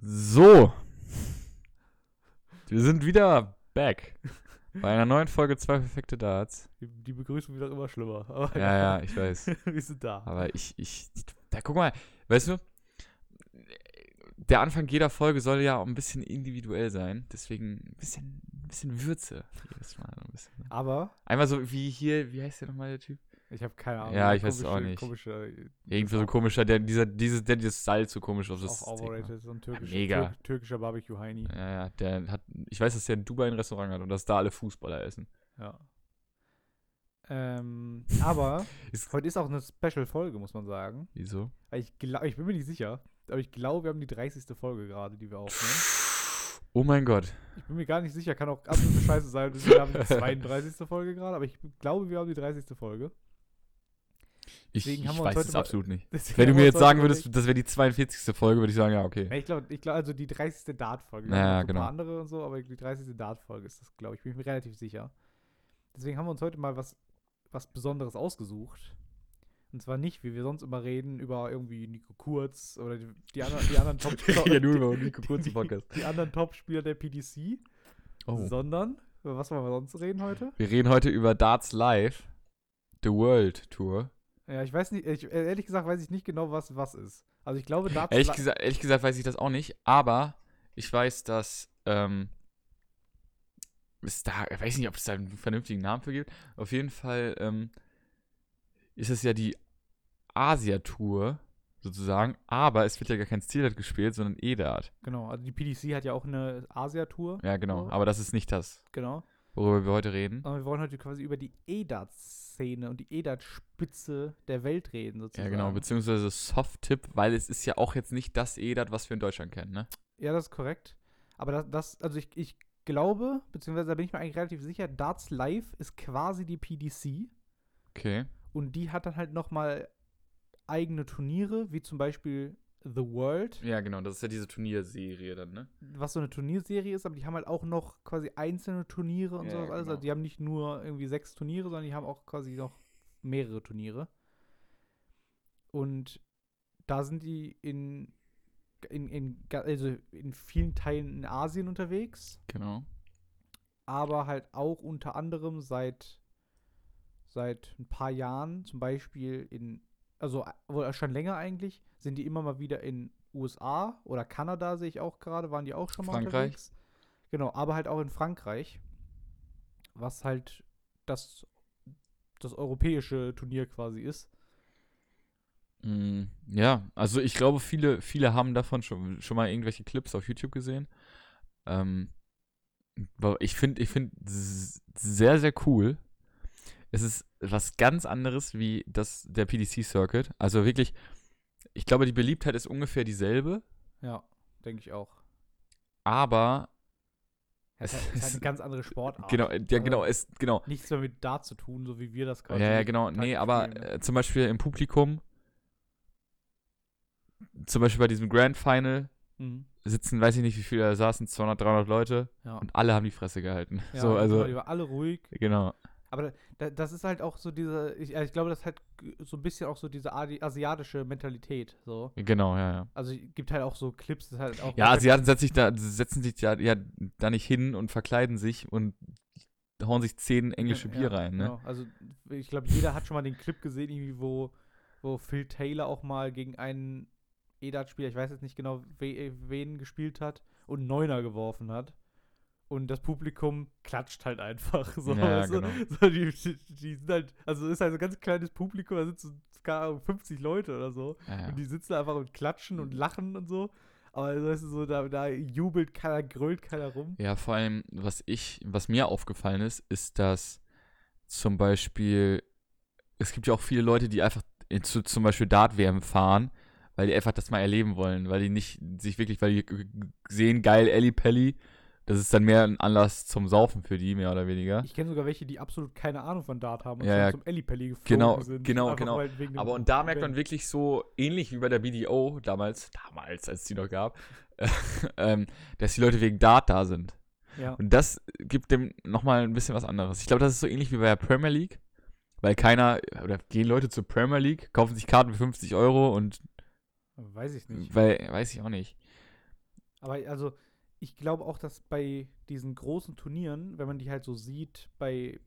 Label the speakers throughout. Speaker 1: So. Wir sind wieder back. Bei einer neuen Folge Zwei perfekte Darts.
Speaker 2: Die- Die Begrüßung wird auch immer schlimmer. Aber
Speaker 1: Ja, ja, ich weiß.
Speaker 2: wir sind da.
Speaker 1: Aber ich, ich, da guck mal, weißt du, der Anfang jeder Folge soll ja auch ein bisschen individuell sein. Deswegen ein bisschen, ein bisschen Würze. Jedes Mal ein bisschen.
Speaker 2: Aber
Speaker 1: Einmal so wie hier, wie heißt der nochmal, der Typ?
Speaker 2: ich habe keine Ahnung.
Speaker 1: Ja, ich weiß es auch
Speaker 2: Komische-
Speaker 1: nicht.
Speaker 2: Komische, äh,
Speaker 1: Irgendwie so komischer, der, dieser, dieses, der dieses Salz so komisch auf das
Speaker 2: auch overrated, so ein türkischer,
Speaker 1: mega.
Speaker 2: Türk, türkischer barbecue heini
Speaker 1: Ja, ja, der hat, ich weiß, dass der in Dubai ein Restaurant hat und dass da alle Fußballer essen.
Speaker 2: Ja. Ähm, aber
Speaker 1: Ist-
Speaker 2: heute ist auch eine Special-Folge, muss man sagen.
Speaker 1: Wieso?
Speaker 2: Weil Ich, glaub, ich bin mir nicht sicher, aber ich glaube, wir haben die 30. Folge gerade, die wir aufnehmen.
Speaker 1: Oh mein Gott.
Speaker 2: Ich bin mir gar nicht sicher, kann auch absolute Scheiße sein. Wir haben die 32. Folge gerade, aber ich glaube, wir haben die 30. Folge.
Speaker 1: Ich,
Speaker 2: Deswegen
Speaker 1: ich
Speaker 2: haben wir uns
Speaker 1: weiß
Speaker 2: heute
Speaker 1: es
Speaker 2: mal-
Speaker 1: absolut nicht.
Speaker 2: Deswegen
Speaker 1: Wenn du
Speaker 2: haben
Speaker 1: mir
Speaker 2: wir
Speaker 1: jetzt
Speaker 2: uns heute
Speaker 1: sagen
Speaker 2: überlegt-
Speaker 1: würdest, das wäre die 42. Folge, würde ich sagen, ja, okay.
Speaker 2: Ja, ich glaube, ich glaub, also die 30. Dart-Folge.
Speaker 1: Ja,
Speaker 2: Ja,
Speaker 1: ja,
Speaker 2: noch so genau.
Speaker 1: genau.
Speaker 2: Ein paar andere und so, aber die 30. Dart-Folge ist das, glaube ich. Bin ich mir relativ sicher. Deswegen haben wir uns heute mal was, was Besonderes ausgesucht. Und zwar nicht, wie wir sonst immer reden, über irgendwie Nico Kurz oder die, die, anderen, die anderen top
Speaker 1: Wir reden ja nur
Speaker 2: die,
Speaker 1: über Nico Kurz im Podcast.
Speaker 2: die anderen Top-Spieler der PDC,
Speaker 1: Oh.
Speaker 2: sondern, über was wollen wir sonst reden heute?
Speaker 1: Wir reden heute über Darts Live, The World Tour.
Speaker 2: Ja, ich weiß nicht, ich, ehrlich gesagt weiß ich nicht genau, was was ist. Also ich glaube, Darts
Speaker 1: Ehrlich
Speaker 2: Li-
Speaker 1: gesagt, ehrlich gesagt weiß ich das auch nicht, aber ich weiß, dass ähm, es da, ich weiß nicht, ob es da einen vernünftigen Namen für gibt. Auf jeden Fall ähm, ist es ja die Asia-Tour sozusagen, aber es wird ja gar kein Stilart gespielt, sondern E-Dart.
Speaker 2: Genau, also die PDC hat ja auch eine Asia-Tour.
Speaker 1: Ja, genau,
Speaker 2: Oh.
Speaker 1: aber das ist nicht das,
Speaker 2: Genau.
Speaker 1: worüber wir heute reden.
Speaker 2: Aber wir wollen heute quasi über die EDAT-Szene und die EDAT-Spitze der Welt reden,
Speaker 1: Ja,
Speaker 2: sozusagen.
Speaker 1: genau, beziehungsweise Soft-Tipp, weil es ist ja auch jetzt nicht das E-Dart, was wir in Deutschland kennen, ne?
Speaker 2: Ja, das ist korrekt. Aber das, das also ich, ich glaube, beziehungsweise da bin ich mir eigentlich relativ sicher, Darts Live ist quasi die PDC
Speaker 1: Okay.
Speaker 2: und die hat dann halt nochmal eigene Turniere, wie zum Beispiel The World,
Speaker 1: Ja, genau, das ist ja diese Turnierserie dann, ne?
Speaker 2: was so eine Turnierserie ist, aber die haben halt auch noch quasi einzelne Turniere und
Speaker 1: Ja,
Speaker 2: sowas
Speaker 1: ja,
Speaker 2: alles.
Speaker 1: genau.
Speaker 2: Also die haben nicht nur irgendwie sechs Turniere, sondern die haben auch quasi noch mehrere Turniere. Und da sind die in, in, in, ga- also in vielen Teilen in Asien unterwegs,
Speaker 1: Genau.
Speaker 2: aber halt auch unter anderem seit, seit ein paar Jahren, zum Beispiel in, also äh, wohl schon länger eigentlich, sind die immer mal wieder in USA oder Kanada, sehe ich auch gerade, waren die auch schon mal
Speaker 1: Frankreich.
Speaker 2: unterwegs. Genau, aber halt auch in Frankreich, was halt das, das europäische Turnier quasi ist.
Speaker 1: Mm, Ja, also ich glaube, viele, viele haben davon schon, schon mal irgendwelche Clips auf YouTube gesehen. Ähm, aber ich finde, ich finde s- sehr, sehr cool. Es ist was ganz anderes wie das der PDC-Circuit. Also wirklich, ich glaube, die Beliebtheit ist ungefähr dieselbe,
Speaker 2: Ja, denke ich auch.
Speaker 1: aber
Speaker 2: Ja, Es
Speaker 1: Es
Speaker 2: ist halt eine
Speaker 1: ist-
Speaker 2: ganz andere Sportart. Also
Speaker 1: genau, äh, ja, genau, es, genau.
Speaker 2: Nichts mehr mit Dart zu tun, so wie wir das
Speaker 1: Ja,
Speaker 2: quasi.
Speaker 1: ja, genau. Nee,
Speaker 2: Taktik
Speaker 1: aber
Speaker 2: spielen, ne?
Speaker 1: äh, zum Beispiel im Publikum, zum Beispiel bei diesem Grand Final,
Speaker 2: Mhm.
Speaker 1: sitzen, weiß ich nicht, wie viele da saßen, 200, 300 Leute.
Speaker 2: Ja.
Speaker 1: Und alle haben die Fresse gehalten.
Speaker 2: Ja,
Speaker 1: so, also,
Speaker 2: Die waren alle ruhig.
Speaker 1: genau.
Speaker 2: Aber da, das ist halt auch so diese, ich, also ich glaube, das hat g- so ein bisschen auch so diese Adi asiatische Mentalität. So.
Speaker 1: Genau, ja, ja.
Speaker 2: Also gibt halt auch so Clips, das ist halt auch.
Speaker 1: Ja, Asiaten setzen sich da, setzen sich ja, ja da nicht hin und verkleiden sich und hauen sich zehn englische
Speaker 2: Ja,
Speaker 1: Bier rein, ne?
Speaker 2: Genau. Also ich glaube, jeder hat schon mal den Clip gesehen, irgendwie, wo, wo Phil Taylor auch mal gegen einen E EDAT-Spieler, ich weiß jetzt nicht genau, we, wen gespielt hat und Neuner geworfen hat. Und das Publikum klatscht halt einfach. So,
Speaker 1: Ja,
Speaker 2: weißt du?
Speaker 1: genau.
Speaker 2: so die, die, die sind halt, also ist halt so ein ganz kleines Publikum, da sitzen keine Ahnung, 50 Leute oder so.
Speaker 1: Ja, ja. Mhm.
Speaker 2: Und die sitzen einfach und klatschen und lachen und so. Aber also, weißt du, so, da, da jubelt keiner, grölt keiner rum.
Speaker 1: ja, vor allem, was ich, was mir aufgefallen ist, ist, dass zum Beispiel, es gibt ja auch viele Leute, die einfach in- zu, zum Beispiel Dart-WM fahren, weil die einfach das mal erleben wollen, weil die nicht sich wirklich, weil die g- g- sehen, geil, Elli Pelli, das ist dann mehr ein Anlass zum Saufen für die, mehr oder weniger.
Speaker 2: Ich kenne sogar welche, die absolut keine Ahnung von Dart haben und
Speaker 1: Ja,
Speaker 2: schon
Speaker 1: ja.
Speaker 2: zum Ellipelli geflogen
Speaker 1: Genau,
Speaker 2: sind.
Speaker 1: genau,
Speaker 2: Einfach
Speaker 1: genau.
Speaker 2: weil- wegen dem
Speaker 1: Aber und da merkt man
Speaker 2: Event.
Speaker 1: wirklich so, ähnlich wie bei der BDO damals, damals, als die noch gab, ähm, dass die Leute wegen Dart da sind.
Speaker 2: Ja,
Speaker 1: Und das gibt dem nochmal ein bisschen was anderes. Ich glaube, das ist so ähnlich wie bei der Premier League, weil keiner, oder gehen Leute zur Premier League, kaufen sich Karten für 50 Euro und,
Speaker 2: weiß ich nicht.
Speaker 1: weil, weiß ich auch nicht.
Speaker 2: Aber also, ich glaube auch, dass bei diesen großen Turnieren, wenn man die halt so sieht, bei,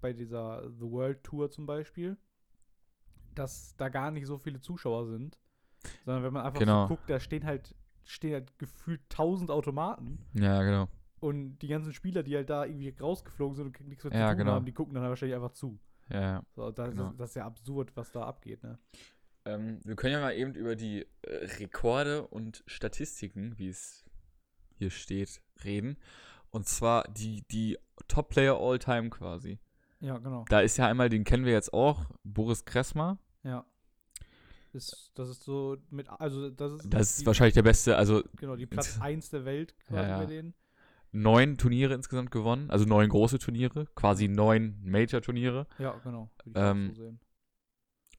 Speaker 2: bei dieser The World Tour zum Beispiel, dass da gar nicht so viele Zuschauer sind. Sondern wenn man einfach
Speaker 1: Genau.
Speaker 2: so guckt, da stehen halt, stehen halt gefühlt tausend Automaten.
Speaker 1: Ja, genau.
Speaker 2: Und die ganzen Spieler, die halt da irgendwie rausgeflogen sind und nichts mehr
Speaker 1: Ja,
Speaker 2: zu tun
Speaker 1: genau.
Speaker 2: haben, die gucken dann wahrscheinlich einfach zu.
Speaker 1: Ja, ja.
Speaker 2: So, das,
Speaker 1: Genau.
Speaker 2: ist, das ist ja absurd, was da abgeht, ne?
Speaker 1: Ähm, wir können ja mal eben über die äh, Rekorde und Statistiken, wie es hier steht, reden. Und zwar die, die Top-Player All-Time quasi.
Speaker 2: Ja, genau.
Speaker 1: Da ist ja einmal, den kennen wir jetzt auch, Boris Kressmer.
Speaker 2: Ja. Ist, das ist so mit, also das ist,
Speaker 1: Das ist
Speaker 2: die,
Speaker 1: wahrscheinlich der beste, also
Speaker 2: genau, die Platz 1 der Welt
Speaker 1: Ja,
Speaker 2: quasi
Speaker 1: ja.
Speaker 2: bei denen.
Speaker 1: neun Turniere insgesamt gewonnen, also neun große Turniere, quasi
Speaker 2: Mhm.
Speaker 1: neun Major-Turniere
Speaker 2: Ja, genau. Würde ich
Speaker 1: Ähm,
Speaker 2: auch so sehen.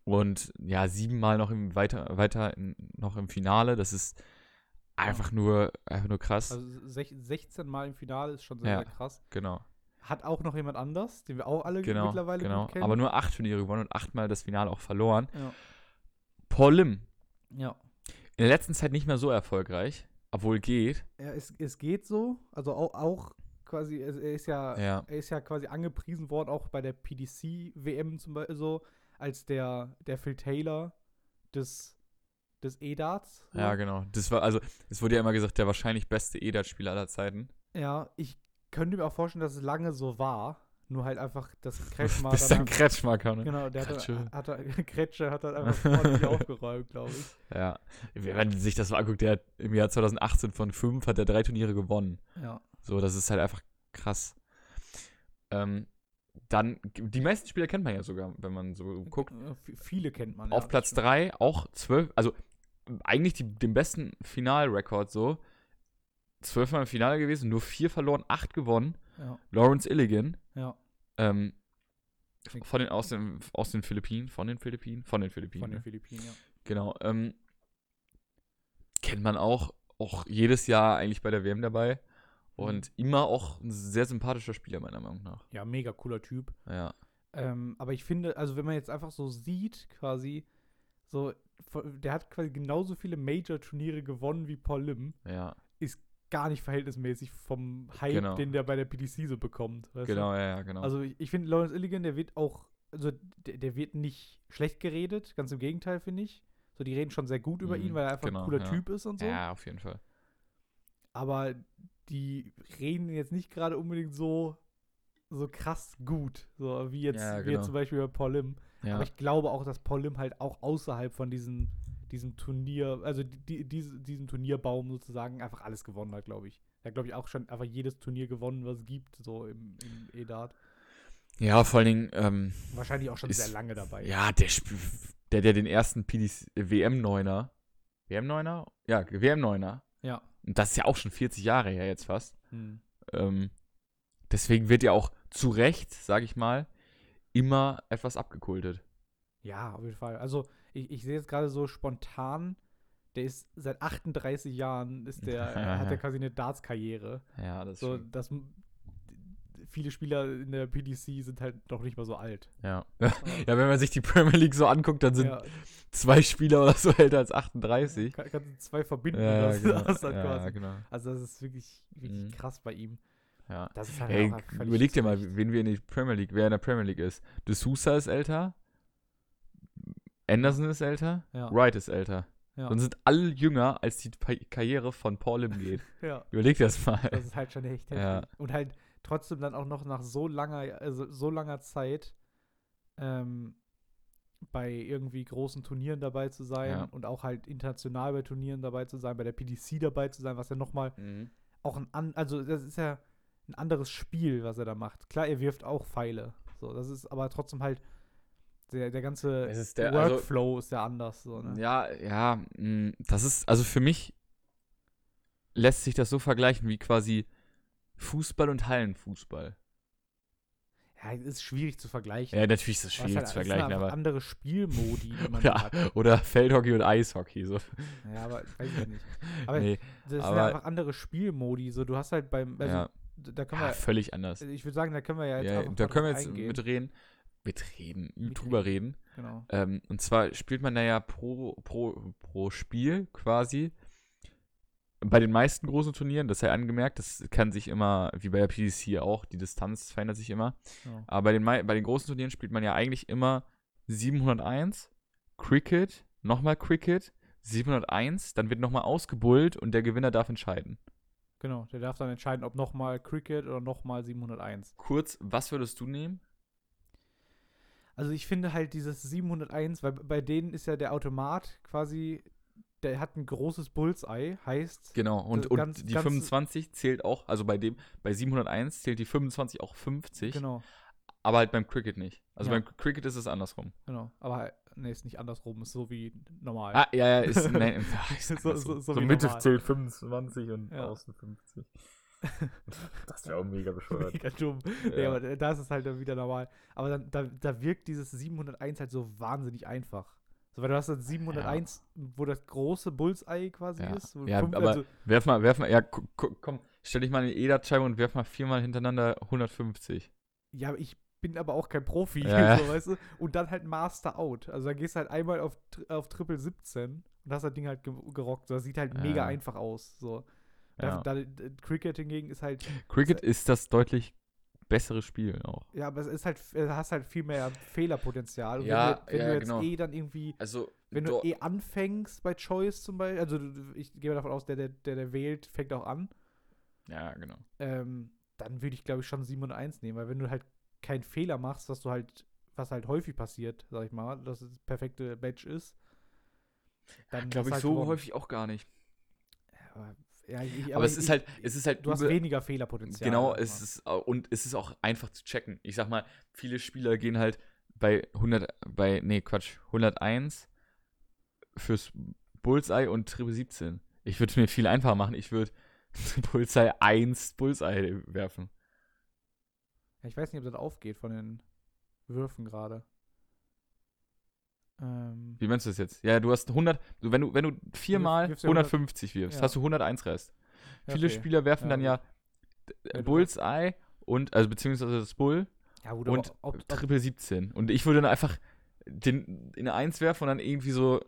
Speaker 1: und ja, siebenmal noch im weiter, weiter in, noch im Finale. Das ist einfach nur, einfach nur krass.
Speaker 2: Also sech, 16 Mal im Finale ist schon sehr,
Speaker 1: Ja.
Speaker 2: sehr krass.
Speaker 1: genau.
Speaker 2: Hat auch noch jemand anders, den wir auch alle
Speaker 1: genau,
Speaker 2: mittlerweile
Speaker 1: genau.
Speaker 2: gut kennen.
Speaker 1: Aber nur acht Turniere gewonnen und achtmal das Finale auch verloren.
Speaker 2: Ja.
Speaker 1: Paul Lim,
Speaker 2: ja.
Speaker 1: in der letzten Zeit nicht mehr so erfolgreich, obwohl geht.
Speaker 2: ja es, es geht so, also auch, auch quasi, es, er ist ja,
Speaker 1: Ja,
Speaker 2: er ist ja quasi angepriesen worden, auch bei der PDC-WM zum Beispiel so, als der, der Phil Taylor des, des E-Darts. Ne? so.
Speaker 1: ja, genau. Das war, also, es wurde ja immer gesagt, der wahrscheinlich beste E-Dart-Spieler aller Zeiten.
Speaker 2: Ja, ich könnte mir auch vorstellen, dass es lange so war. Nur halt einfach, dass Kretschmer
Speaker 1: Bis dann
Speaker 2: danach-
Speaker 1: Kretschmer kam. Ne?
Speaker 2: Genau, der hat
Speaker 1: Kretsche.
Speaker 2: dann, hat dann, Kretsche hat dann einfach ordentlich aufgeräumt, glaube ich.
Speaker 1: Ja. Wenn man sich das mal anguckt, der hat im Jahr 2018 von fünf hat er drei Turniere gewonnen.
Speaker 2: Ja.
Speaker 1: So, das ist halt einfach krass. Ähm, dann, die meisten Spieler kennt man ja sogar, wenn man so guckt.
Speaker 2: Äh, v- Viele kennt man.
Speaker 1: Auf
Speaker 2: ja,
Speaker 1: Platz
Speaker 2: das
Speaker 1: 3 auch 12, also eigentlich die, den besten Finalrekord so. Zwölfmal im Finale gewesen, nur vier verloren, acht gewonnen.
Speaker 2: stimmt.
Speaker 1: Lawrence Illigan,
Speaker 2: Ja, ja.
Speaker 1: ähm, von den, aus, den, aus den Philippinen, von den Philippinen, von den Philippinen,
Speaker 2: Von den
Speaker 1: ne?
Speaker 2: Philippinen, ja.
Speaker 1: genau. Ähm, kennt man auch, auch jedes Jahr eigentlich bei der WM dabei. Und immer auch ein sehr sympathischer Spieler, meiner Meinung nach.
Speaker 2: Ja, mega cooler Typ.
Speaker 1: Ja,
Speaker 2: Ähm, aber ich finde, also wenn man jetzt einfach so sieht, quasi, so, vo- der hat quasi genauso viele Major-Turniere gewonnen wie Paul Lim.
Speaker 1: ja,
Speaker 2: Gar nicht verhältnismäßig vom Hype,
Speaker 1: Genau.
Speaker 2: den der bei der PDC so bekommt. weißt du?
Speaker 1: genau, ja, ja, genau.
Speaker 2: Also ich, ich finde, Lawrence Illigan, der wird auch, also der, der wird nicht schlecht geredet, ganz im Gegenteil, finde ich. So, die reden schon sehr gut über
Speaker 1: Mhm,
Speaker 2: ihn, weil er einfach
Speaker 1: genau,
Speaker 2: ein cooler
Speaker 1: ja.
Speaker 2: Typ ist und so.
Speaker 1: Ja, auf jeden Fall.
Speaker 2: Aber die reden jetzt nicht gerade unbedingt so, so krass gut, so wie jetzt,
Speaker 1: Ja,
Speaker 2: wie
Speaker 1: genau.
Speaker 2: jetzt zum Beispiel bei Paul Lim.
Speaker 1: Ja.
Speaker 2: Aber ich glaube auch, dass Paul Lim halt auch außerhalb von diesem, diesem Turnier, also die, die, diese- diesem Turnierbaum sozusagen einfach alles gewonnen hat, glaube ich. Er hat, glaube ich, auch schon einfach jedes Turnier gewonnen, was es gibt, so im, im E-Dart.
Speaker 1: ja, vor allen Dingen, ähm,
Speaker 2: Wahrscheinlich auch schon
Speaker 1: Ist-
Speaker 2: sehr lange dabei.
Speaker 1: Ja, der, Sp- der, der den ersten PDC, äh, WM-Neuner. WM-Neuner? Ja, WM-Neuner.
Speaker 2: Ja.
Speaker 1: Und das ist ja auch schon 40 Jahre her jetzt fast.
Speaker 2: Hm.
Speaker 1: Ähm, deswegen wird ja auch zu Recht, sage ich mal, immer etwas abgekultet.
Speaker 2: Ja, auf jeden Fall. Also, ich, ich sehe jetzt gerade so spontan, der ist seit 38 Jahren ist der,
Speaker 1: Ja,
Speaker 2: hat
Speaker 1: ja.
Speaker 2: er quasi eine Darts-Karriere.
Speaker 1: Ja, das
Speaker 2: So, dass m- viele Spieler in der PDC sind halt noch nicht mal so alt.
Speaker 1: Ja. ja, wenn man sich die Premier League so anguckt, dann sind
Speaker 2: ja,
Speaker 1: zwei Spieler oder so älter als 38.
Speaker 2: kann, kannst du zwei verbinden.
Speaker 1: Ja,
Speaker 2: das,
Speaker 1: genau.
Speaker 2: das dann
Speaker 1: ja,
Speaker 2: quasi.
Speaker 1: genau.
Speaker 2: Also, das ist wirklich, wirklich
Speaker 1: Mhm.
Speaker 2: krass bei ihm.
Speaker 1: Ja.
Speaker 2: Das ist halt
Speaker 1: Ey,
Speaker 2: auch völlig
Speaker 1: überleg dir mal,
Speaker 2: zurecht.
Speaker 1: wen wir in die Premier League, wer in der Premier League ist. De Sousa ist älter, Anderson ist älter,
Speaker 2: Ja.
Speaker 1: Wright ist älter.
Speaker 2: Ja.
Speaker 1: Dann sind alle jünger, als die Pa- Karriere von Paul Lim geht.
Speaker 2: Ja.
Speaker 1: Überleg dir das mal.
Speaker 2: Das ist halt schon echt heftig.
Speaker 1: Ja.
Speaker 2: Und halt trotzdem dann auch noch nach so langer, also so langer Zeit ähm, bei irgendwie großen Turnieren dabei zu sein
Speaker 1: Ja.
Speaker 2: und auch halt international bei Turnieren dabei zu sein, bei der PDC dabei zu sein, was ja nochmal auch ein an, also das ist ja ein anderes Spiel, was er da macht. Klar, er wirft auch Pfeile. So, das ist aber trotzdem halt der, der ganze
Speaker 1: Es ist der- also-
Speaker 2: Workflow ist ja anders. So, ne?
Speaker 1: Ja, ja, mh, das ist, also für mich lässt sich das so vergleichen wie quasi Fußball und Hallenfußball.
Speaker 2: ja, es ist schwierig zu vergleichen.
Speaker 1: Ja, natürlich ist das
Speaker 2: Aber
Speaker 1: schwierig zu
Speaker 2: es ist halt- es sind
Speaker 1: vergleichen,
Speaker 2: einfach
Speaker 1: aber.
Speaker 2: andere Spielmodi, die man da
Speaker 1: Oder,
Speaker 2: hat.
Speaker 1: oder Feldhockey und Eishockey. So.
Speaker 2: Ja, aber weiß ich nicht. Aber
Speaker 1: nee,
Speaker 2: Das sind
Speaker 1: Aber-
Speaker 2: ja einfach andere Spielmodi. So, du hast halt beim, also
Speaker 1: ja,
Speaker 2: d- da können
Speaker 1: ja, völlig anders.
Speaker 2: wir, also, ich würde sagen, da können wir ja jetzt
Speaker 1: Ja,
Speaker 2: einfach
Speaker 1: da
Speaker 2: mal
Speaker 1: können wir
Speaker 2: drauf
Speaker 1: jetzt
Speaker 2: eingehen.
Speaker 1: mitreden. Mitreden,
Speaker 2: Mitreden.
Speaker 1: drüber reden.
Speaker 2: Genau.
Speaker 1: Ähm, und zwar spielt man da ja pro, pro, pro Spiel quasi bei den meisten großen Turnieren, das sei angemerkt, das kann sich immer, wie bei der PDC auch, die Distanz verändert sich immer.
Speaker 2: Ja.
Speaker 1: Aber bei den, mei- bei den großen Turnieren spielt man ja eigentlich immer 701, Cricket, nochmal Cricket, 701, dann wird nochmal ausgebullt und der Gewinner darf entscheiden.
Speaker 2: Genau, der darf dann entscheiden, ob nochmal Cricket oder nochmal 701.
Speaker 1: Kurz, was würdest du nehmen?
Speaker 2: Also ich finde halt dieses 701, weil bei denen ist ja der Automat quasi, der hat ein großes Bullseye, heißt,
Speaker 1: Genau, und,
Speaker 2: Das
Speaker 1: und
Speaker 2: Äh, ganz-
Speaker 1: die
Speaker 2: ganz-
Speaker 1: 25 zählt auch, also bei dem, bei 701 zählt die 25 auch 50,
Speaker 2: genau,
Speaker 1: aber halt beim Cricket nicht. Also
Speaker 2: Ja.
Speaker 1: beim Cricket ist es andersrum.
Speaker 2: genau. Aber halt- nee, ist nicht andersrum, ist so wie normal.
Speaker 1: Ah, ja, ja, ist, nein, ja, ist
Speaker 2: So- so-
Speaker 1: andersrum.
Speaker 2: so wie normal.
Speaker 1: zählt 25 und
Speaker 2: Ja.
Speaker 1: außen 50. Ah. Das wäre auch mega bescheuert.
Speaker 2: Mega dumm. Nee,
Speaker 1: Ja.
Speaker 2: aber da ist es halt dann wieder normal. Aber dann, da, da wirkt dieses 701 halt so wahnsinnig einfach. So, weil du hast dann 701, wo das große Bullseye quasi
Speaker 1: Ja.
Speaker 2: ist. wo
Speaker 1: Ja,
Speaker 2: fünf-
Speaker 1: aber
Speaker 2: also-
Speaker 1: Werf mal, werf mal, ja, gu- gu- komm, stell dich mal in die EDAT-Scheibe und werf mal viermal hintereinander 150.
Speaker 2: ja, aber ich bin aber auch kein
Speaker 1: Ja.
Speaker 2: Profi, so, weißt du? Und dann halt Master Out. Also dann gehst du halt einmal auf, tri- auf Triple 17 und hast das Ding halt ge gerockt. So, Das sieht halt mega
Speaker 1: Ja.
Speaker 2: einfach aus. So.
Speaker 1: Ja.
Speaker 2: Da, da, d- Cricket hingegen ist halt,
Speaker 1: Cricket ist das deutlich bessere Spiel auch.
Speaker 2: ja, aber es ist halt, du hast halt viel mehr Fehlerpotenzial. Und
Speaker 1: Ja,
Speaker 2: wenn du, wenn
Speaker 1: ja,
Speaker 2: du jetzt
Speaker 1: genau.
Speaker 2: eh dann irgendwie
Speaker 1: Also,
Speaker 2: Wenn du eh anfängst bei Choice zum Beispiel, also du- du- ich gehe mal davon aus, der, der, der, der wählt, fängt auch an,
Speaker 1: ja, genau.
Speaker 2: ähm, dann würde ich glaube ich schon 7 und 1 nehmen, weil wenn du halt keinen Fehler machst, was du halt, was halt häufig passiert, sag ich mal, dass es das perfekte Match ist, dann
Speaker 1: Glaube ich
Speaker 2: hast du halt
Speaker 1: so
Speaker 2: gewonnen.
Speaker 1: häufig auch gar nicht.
Speaker 2: Aber, ja, ich,
Speaker 1: Aber, es ist halt, es ist halt
Speaker 2: du hast
Speaker 1: übel-
Speaker 2: weniger Fehlerpotenzial.
Speaker 1: Genau,
Speaker 2: sag ich
Speaker 1: es
Speaker 2: mal.
Speaker 1: ist, au- und es ist auch einfach zu checken. Ich sag mal, viele Spieler gehen halt bei 100, bei, nee, Quatsch, 101 fürs Bullseye und Triple 17. Ich würde es mir viel einfacher machen. Ich würde Bullseye 1 Bullseye werfen.
Speaker 2: Ja, Ich weiß nicht, ob das aufgeht von den Würfen gerade. Ähm,
Speaker 1: Wie meinst du das jetzt? Ja, du hast 100, du, wenn du, wenn du viermal
Speaker 2: wirfst ja
Speaker 1: 150 wirfst,
Speaker 2: ja.
Speaker 1: hast du 101 Rest.
Speaker 2: ja,
Speaker 1: Viele
Speaker 2: okay.
Speaker 1: Spieler werfen
Speaker 2: Ja,
Speaker 1: dann ja
Speaker 2: Ja, du-
Speaker 1: Bullseye und, also beziehungsweise das Bull
Speaker 2: ja, gut, aber
Speaker 1: und
Speaker 2: ob, ob,
Speaker 1: Triple 17. Und ich würde dann einfach den in eine 1 werfen und dann irgendwie so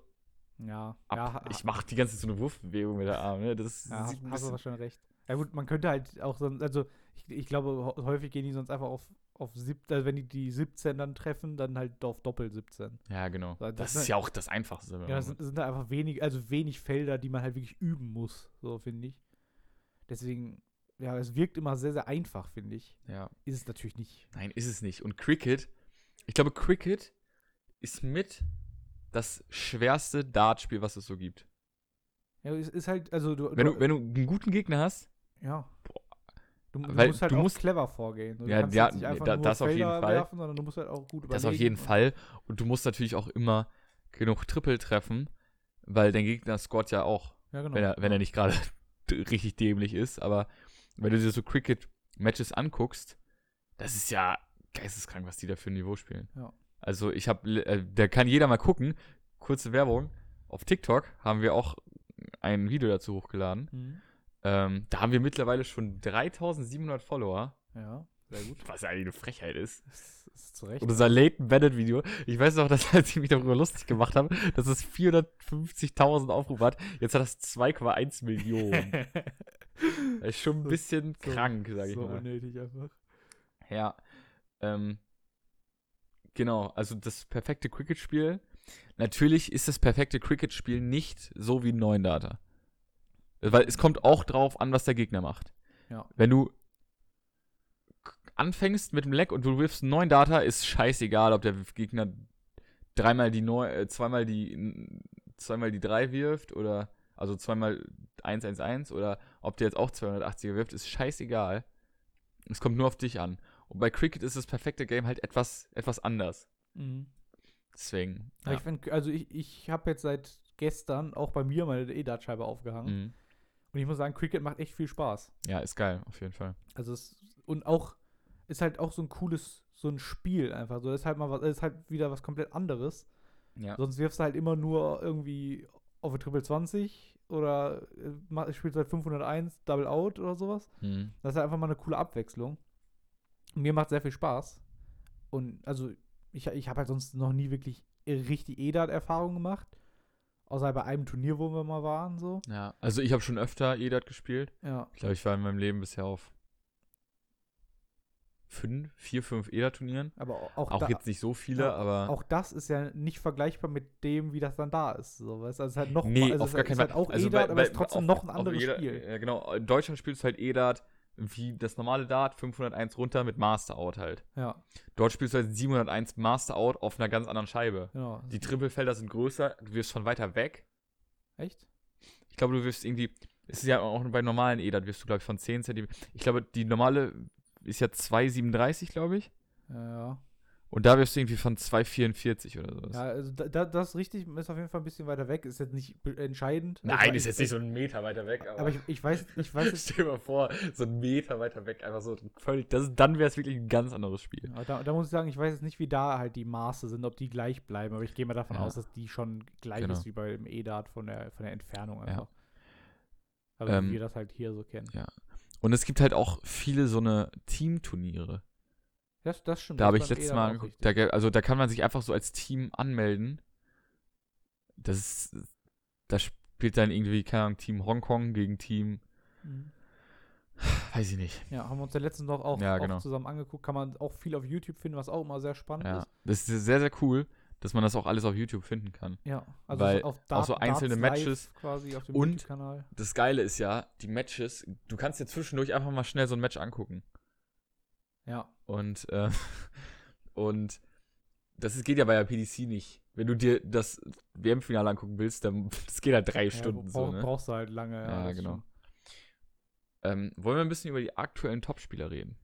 Speaker 2: ja,
Speaker 1: ab.
Speaker 2: ja, ha-
Speaker 1: ich mache die ganze Zeit so eine Wurfbewegung mit der Arm. Ne? Das
Speaker 2: Ja, hast,
Speaker 1: sieht ein
Speaker 2: hast
Speaker 1: bisschen-
Speaker 2: aber schon recht. Ja gut, man könnte halt auch sonst, also ich, ich glaube, hau- häufig gehen die sonst einfach auf, auf sieb, also wenn die die 17 dann treffen, dann halt auf Doppel 17.
Speaker 1: ja, genau.
Speaker 2: Ja,
Speaker 1: Das,
Speaker 2: das-
Speaker 1: ist ja auch das Einfachste. wenn
Speaker 2: Ja,
Speaker 1: man-
Speaker 2: das sind, sind da einfach wenig, also wenig Felder, die man halt wirklich üben muss, so finde ich. Deswegen, ja, es wirkt immer sehr, sehr einfach, finde ich.
Speaker 1: ja.
Speaker 2: Ist es natürlich nicht.
Speaker 1: Nein, ist es nicht. Und Cricket, ich glaube, Cricket ist mit das schwerste Dartspiel, was es so gibt.
Speaker 2: Ja, es ist halt, also du,
Speaker 1: Wenn du, wenn du einen guten Gegner hast,
Speaker 2: ja. Du, du
Speaker 1: Weil
Speaker 2: musst halt
Speaker 1: du
Speaker 2: auch
Speaker 1: musst-
Speaker 2: clever vorgehen. Du
Speaker 1: Ja,
Speaker 2: kannst
Speaker 1: ja,
Speaker 2: jetzt nicht
Speaker 1: nee,
Speaker 2: einfach
Speaker 1: da-
Speaker 2: nur
Speaker 1: das auf jeden
Speaker 2: Felder
Speaker 1: Fall.
Speaker 2: werfen, sondern du musst halt auch gut
Speaker 1: das auf
Speaker 2: überlegen
Speaker 1: jeden
Speaker 2: und-
Speaker 1: Fall. Und du musst natürlich auch immer genug Triple treffen, weil dein Gegner scoret ja auch
Speaker 2: Ja, genau.
Speaker 1: wenn er, wenn er nicht gerade richtig dämlich ist, aber wenn du dir so Cricket-Matches anguckst, das ist ja geisteskrank, was die da für ein Niveau spielen.
Speaker 2: Ja.
Speaker 1: Also ich habe, äh, da kann jeder mal gucken, kurze Werbung, auf TikTok haben wir auch ein Video dazu hochgeladen.
Speaker 2: Mhm.
Speaker 1: Ähm, da haben wir mittlerweile schon 3700 Follower,
Speaker 2: Ja, sehr gut.
Speaker 1: was ja eigentlich eine Frechheit ist.
Speaker 2: Das ist zu Recht.
Speaker 1: Und unser Leighton Bennett-Video, ich weiß noch, dass als ich mich darüber lustig gemacht habe, dass es 450.000 Aufrufe hat, jetzt hat das 2,1 Millionen. Das ist schon ein
Speaker 2: So-
Speaker 1: bisschen
Speaker 2: so-
Speaker 1: krank, sage ich
Speaker 2: so
Speaker 1: mal.
Speaker 2: unnötig einfach.
Speaker 1: Ja. Ähm, genau, also das perfekte Cricket-Spiel. Natürlich ist das perfekte Cricket-Spiel nicht so wie ein neuen Data. Weil es kommt auch drauf an, was der Gegner macht.
Speaker 2: Ja.
Speaker 1: Wenn du k- anfängst mit dem Leck und du wirfst einen neuen Data, ist scheißegal, ob der Gegner dreimal die neu, äh, zweimal die zweimal die drei wirft oder also zweimal 111 oder ob der jetzt auch 280er wirft, ist scheißegal. Es kommt nur auf dich an. Und bei Cricket ist das perfekte Game halt etwas etwas anders. Deswegen.
Speaker 2: Mhm. Aber Ich find, also ich, ich habe jetzt seit gestern auch bei mir meine E-Dartscheibe aufgehangen.
Speaker 1: Mhm.
Speaker 2: Und ich muss sagen, Cricket macht echt viel Spaß.
Speaker 1: ja, ist geil, auf jeden Fall.
Speaker 2: Also es und auch ist halt auch so ein cooles, so ein Spiel einfach. So ist halt mal was, ist halt wieder was komplett anderes.
Speaker 1: Ja.
Speaker 2: Sonst wirfst du halt immer nur irgendwie auf eine Triple 20 oder äh, ma- spielst halt 501, Double Out oder sowas.
Speaker 1: Mhm.
Speaker 2: Das ist halt einfach mal eine coole Abwechslung. Mir macht sehr viel Spaß. Und also, ich, ich habe halt sonst noch nie wirklich richtig E-Dart-Erfahrung gemacht. Außer bei einem Turnier, wo wir mal waren, so.
Speaker 1: Ja, also ich habe schon öfter EDAT gespielt.
Speaker 2: Ja.
Speaker 1: Ich glaube, ich war in meinem Leben bisher auf fünf, vier, fünf EDAT-Turnieren.
Speaker 2: Aber au- auch,
Speaker 1: Auch
Speaker 2: da,
Speaker 1: jetzt nicht so viele,
Speaker 2: ja,
Speaker 1: aber
Speaker 2: auch das ist ja nicht vergleichbar mit dem, wie das dann da ist. So, weißt? du? Also es ist halt noch
Speaker 1: nee,
Speaker 2: also es
Speaker 1: auf
Speaker 2: ist
Speaker 1: gar
Speaker 2: halt-
Speaker 1: keinen
Speaker 2: ist
Speaker 1: Fall.
Speaker 2: Halt auch
Speaker 1: also
Speaker 2: EDAT,
Speaker 1: bei-
Speaker 2: aber es
Speaker 1: bei-
Speaker 2: ist trotzdem
Speaker 1: auf-
Speaker 2: noch ein
Speaker 1: auf
Speaker 2: anderes
Speaker 1: jeder-
Speaker 2: Spiel.
Speaker 1: Ja, genau. In Deutschland spielst du halt EDAT, wie das normale Dart, 501 runter mit Master Out halt.
Speaker 2: Ja,
Speaker 1: Dort spielst du halt 701 Master Out auf einer ganz anderen Scheibe.
Speaker 2: genau.
Speaker 1: Die Trippelfelder sind größer, du wirst schon weiter weg.
Speaker 2: Echt?
Speaker 1: Ich glaube, du wirst irgendwie, es ist ja auch bei normalen EDAT, wirst du, glaube ich, von 10 cm. Ich glaube, die normale ist ja 2,37, glaube ich.
Speaker 2: Ja.
Speaker 1: Und da wirst du irgendwie von 2,44 oder sowas.
Speaker 2: Ja, also da, da, das ist richtig ist auf jeden Fall ein bisschen weiter weg. Ist jetzt nicht be- entscheidend.
Speaker 1: Nein,
Speaker 2: aber
Speaker 1: ist
Speaker 2: ich-
Speaker 1: jetzt nicht so ein Meter weiter weg, aber.
Speaker 2: Aber ich, ich weiß, ich weiß jetzt.
Speaker 1: Stell dir mal vor, so einen Meter weiter weg, einfach so völlig. Das, dann wäre es wirklich ein ganz anderes Spiel.
Speaker 2: Ja, da, da muss ich sagen, ich weiß jetzt nicht, wie da halt die Maße sind, ob die gleich bleiben, aber ich gehe mal davon
Speaker 1: Ja.
Speaker 2: aus, dass die schon gleich
Speaker 1: Genau.
Speaker 2: ist wie beim EDAT von der, von der Entfernung
Speaker 1: Ja.
Speaker 2: einfach. Also
Speaker 1: Ähm,
Speaker 2: wie wir das halt hier so kennen.
Speaker 1: Und es gibt halt auch viele so eine Teamturniere.
Speaker 2: Das, das stimmt.
Speaker 1: Da
Speaker 2: das
Speaker 1: habe
Speaker 2: ist
Speaker 1: ich
Speaker 2: beim
Speaker 1: letztes
Speaker 2: EDAT
Speaker 1: Mal
Speaker 2: auch
Speaker 1: angeguckt.
Speaker 2: richtig.
Speaker 1: Da, gäb- also da kann man sich einfach so als Team anmelden. Das ist, da spielt dann irgendwie, keine Ahnung, Team Hongkong gegen Team,
Speaker 2: Mhm.
Speaker 1: weiß ich nicht.
Speaker 2: Ja, haben wir uns ja letztens noch auch,
Speaker 1: Ja,
Speaker 2: auch
Speaker 1: genau.
Speaker 2: zusammen angeguckt. Kann man auch viel auf YouTube finden, was auch immer sehr spannend
Speaker 1: Ja.
Speaker 2: ist.
Speaker 1: Das ist sehr, sehr cool, dass man das auch alles auf YouTube finden kann.
Speaker 2: Ja, also
Speaker 1: Weil
Speaker 2: auf
Speaker 1: auch so einzelne
Speaker 2: Darts
Speaker 1: Matches
Speaker 2: Live quasi auf dem
Speaker 1: und-
Speaker 2: YouTube-Kanal.
Speaker 1: Das Geile ist ja, die Matches, du kannst dir zwischendurch einfach mal schnell so ein Match angucken.
Speaker 2: Ja,
Speaker 1: Und, äh, und das ist- geht ja bei der PDC nicht. Wenn du dir das WM-Finale angucken willst, dann das geht halt drei Stunden
Speaker 2: ja,
Speaker 1: so.
Speaker 2: brauch-
Speaker 1: Ne?
Speaker 2: brauchst du halt lange.
Speaker 1: Ja,
Speaker 2: das
Speaker 1: genau.
Speaker 2: stimmt.
Speaker 1: Ähm, wollen wir ein bisschen über die aktuellen Topspieler reden?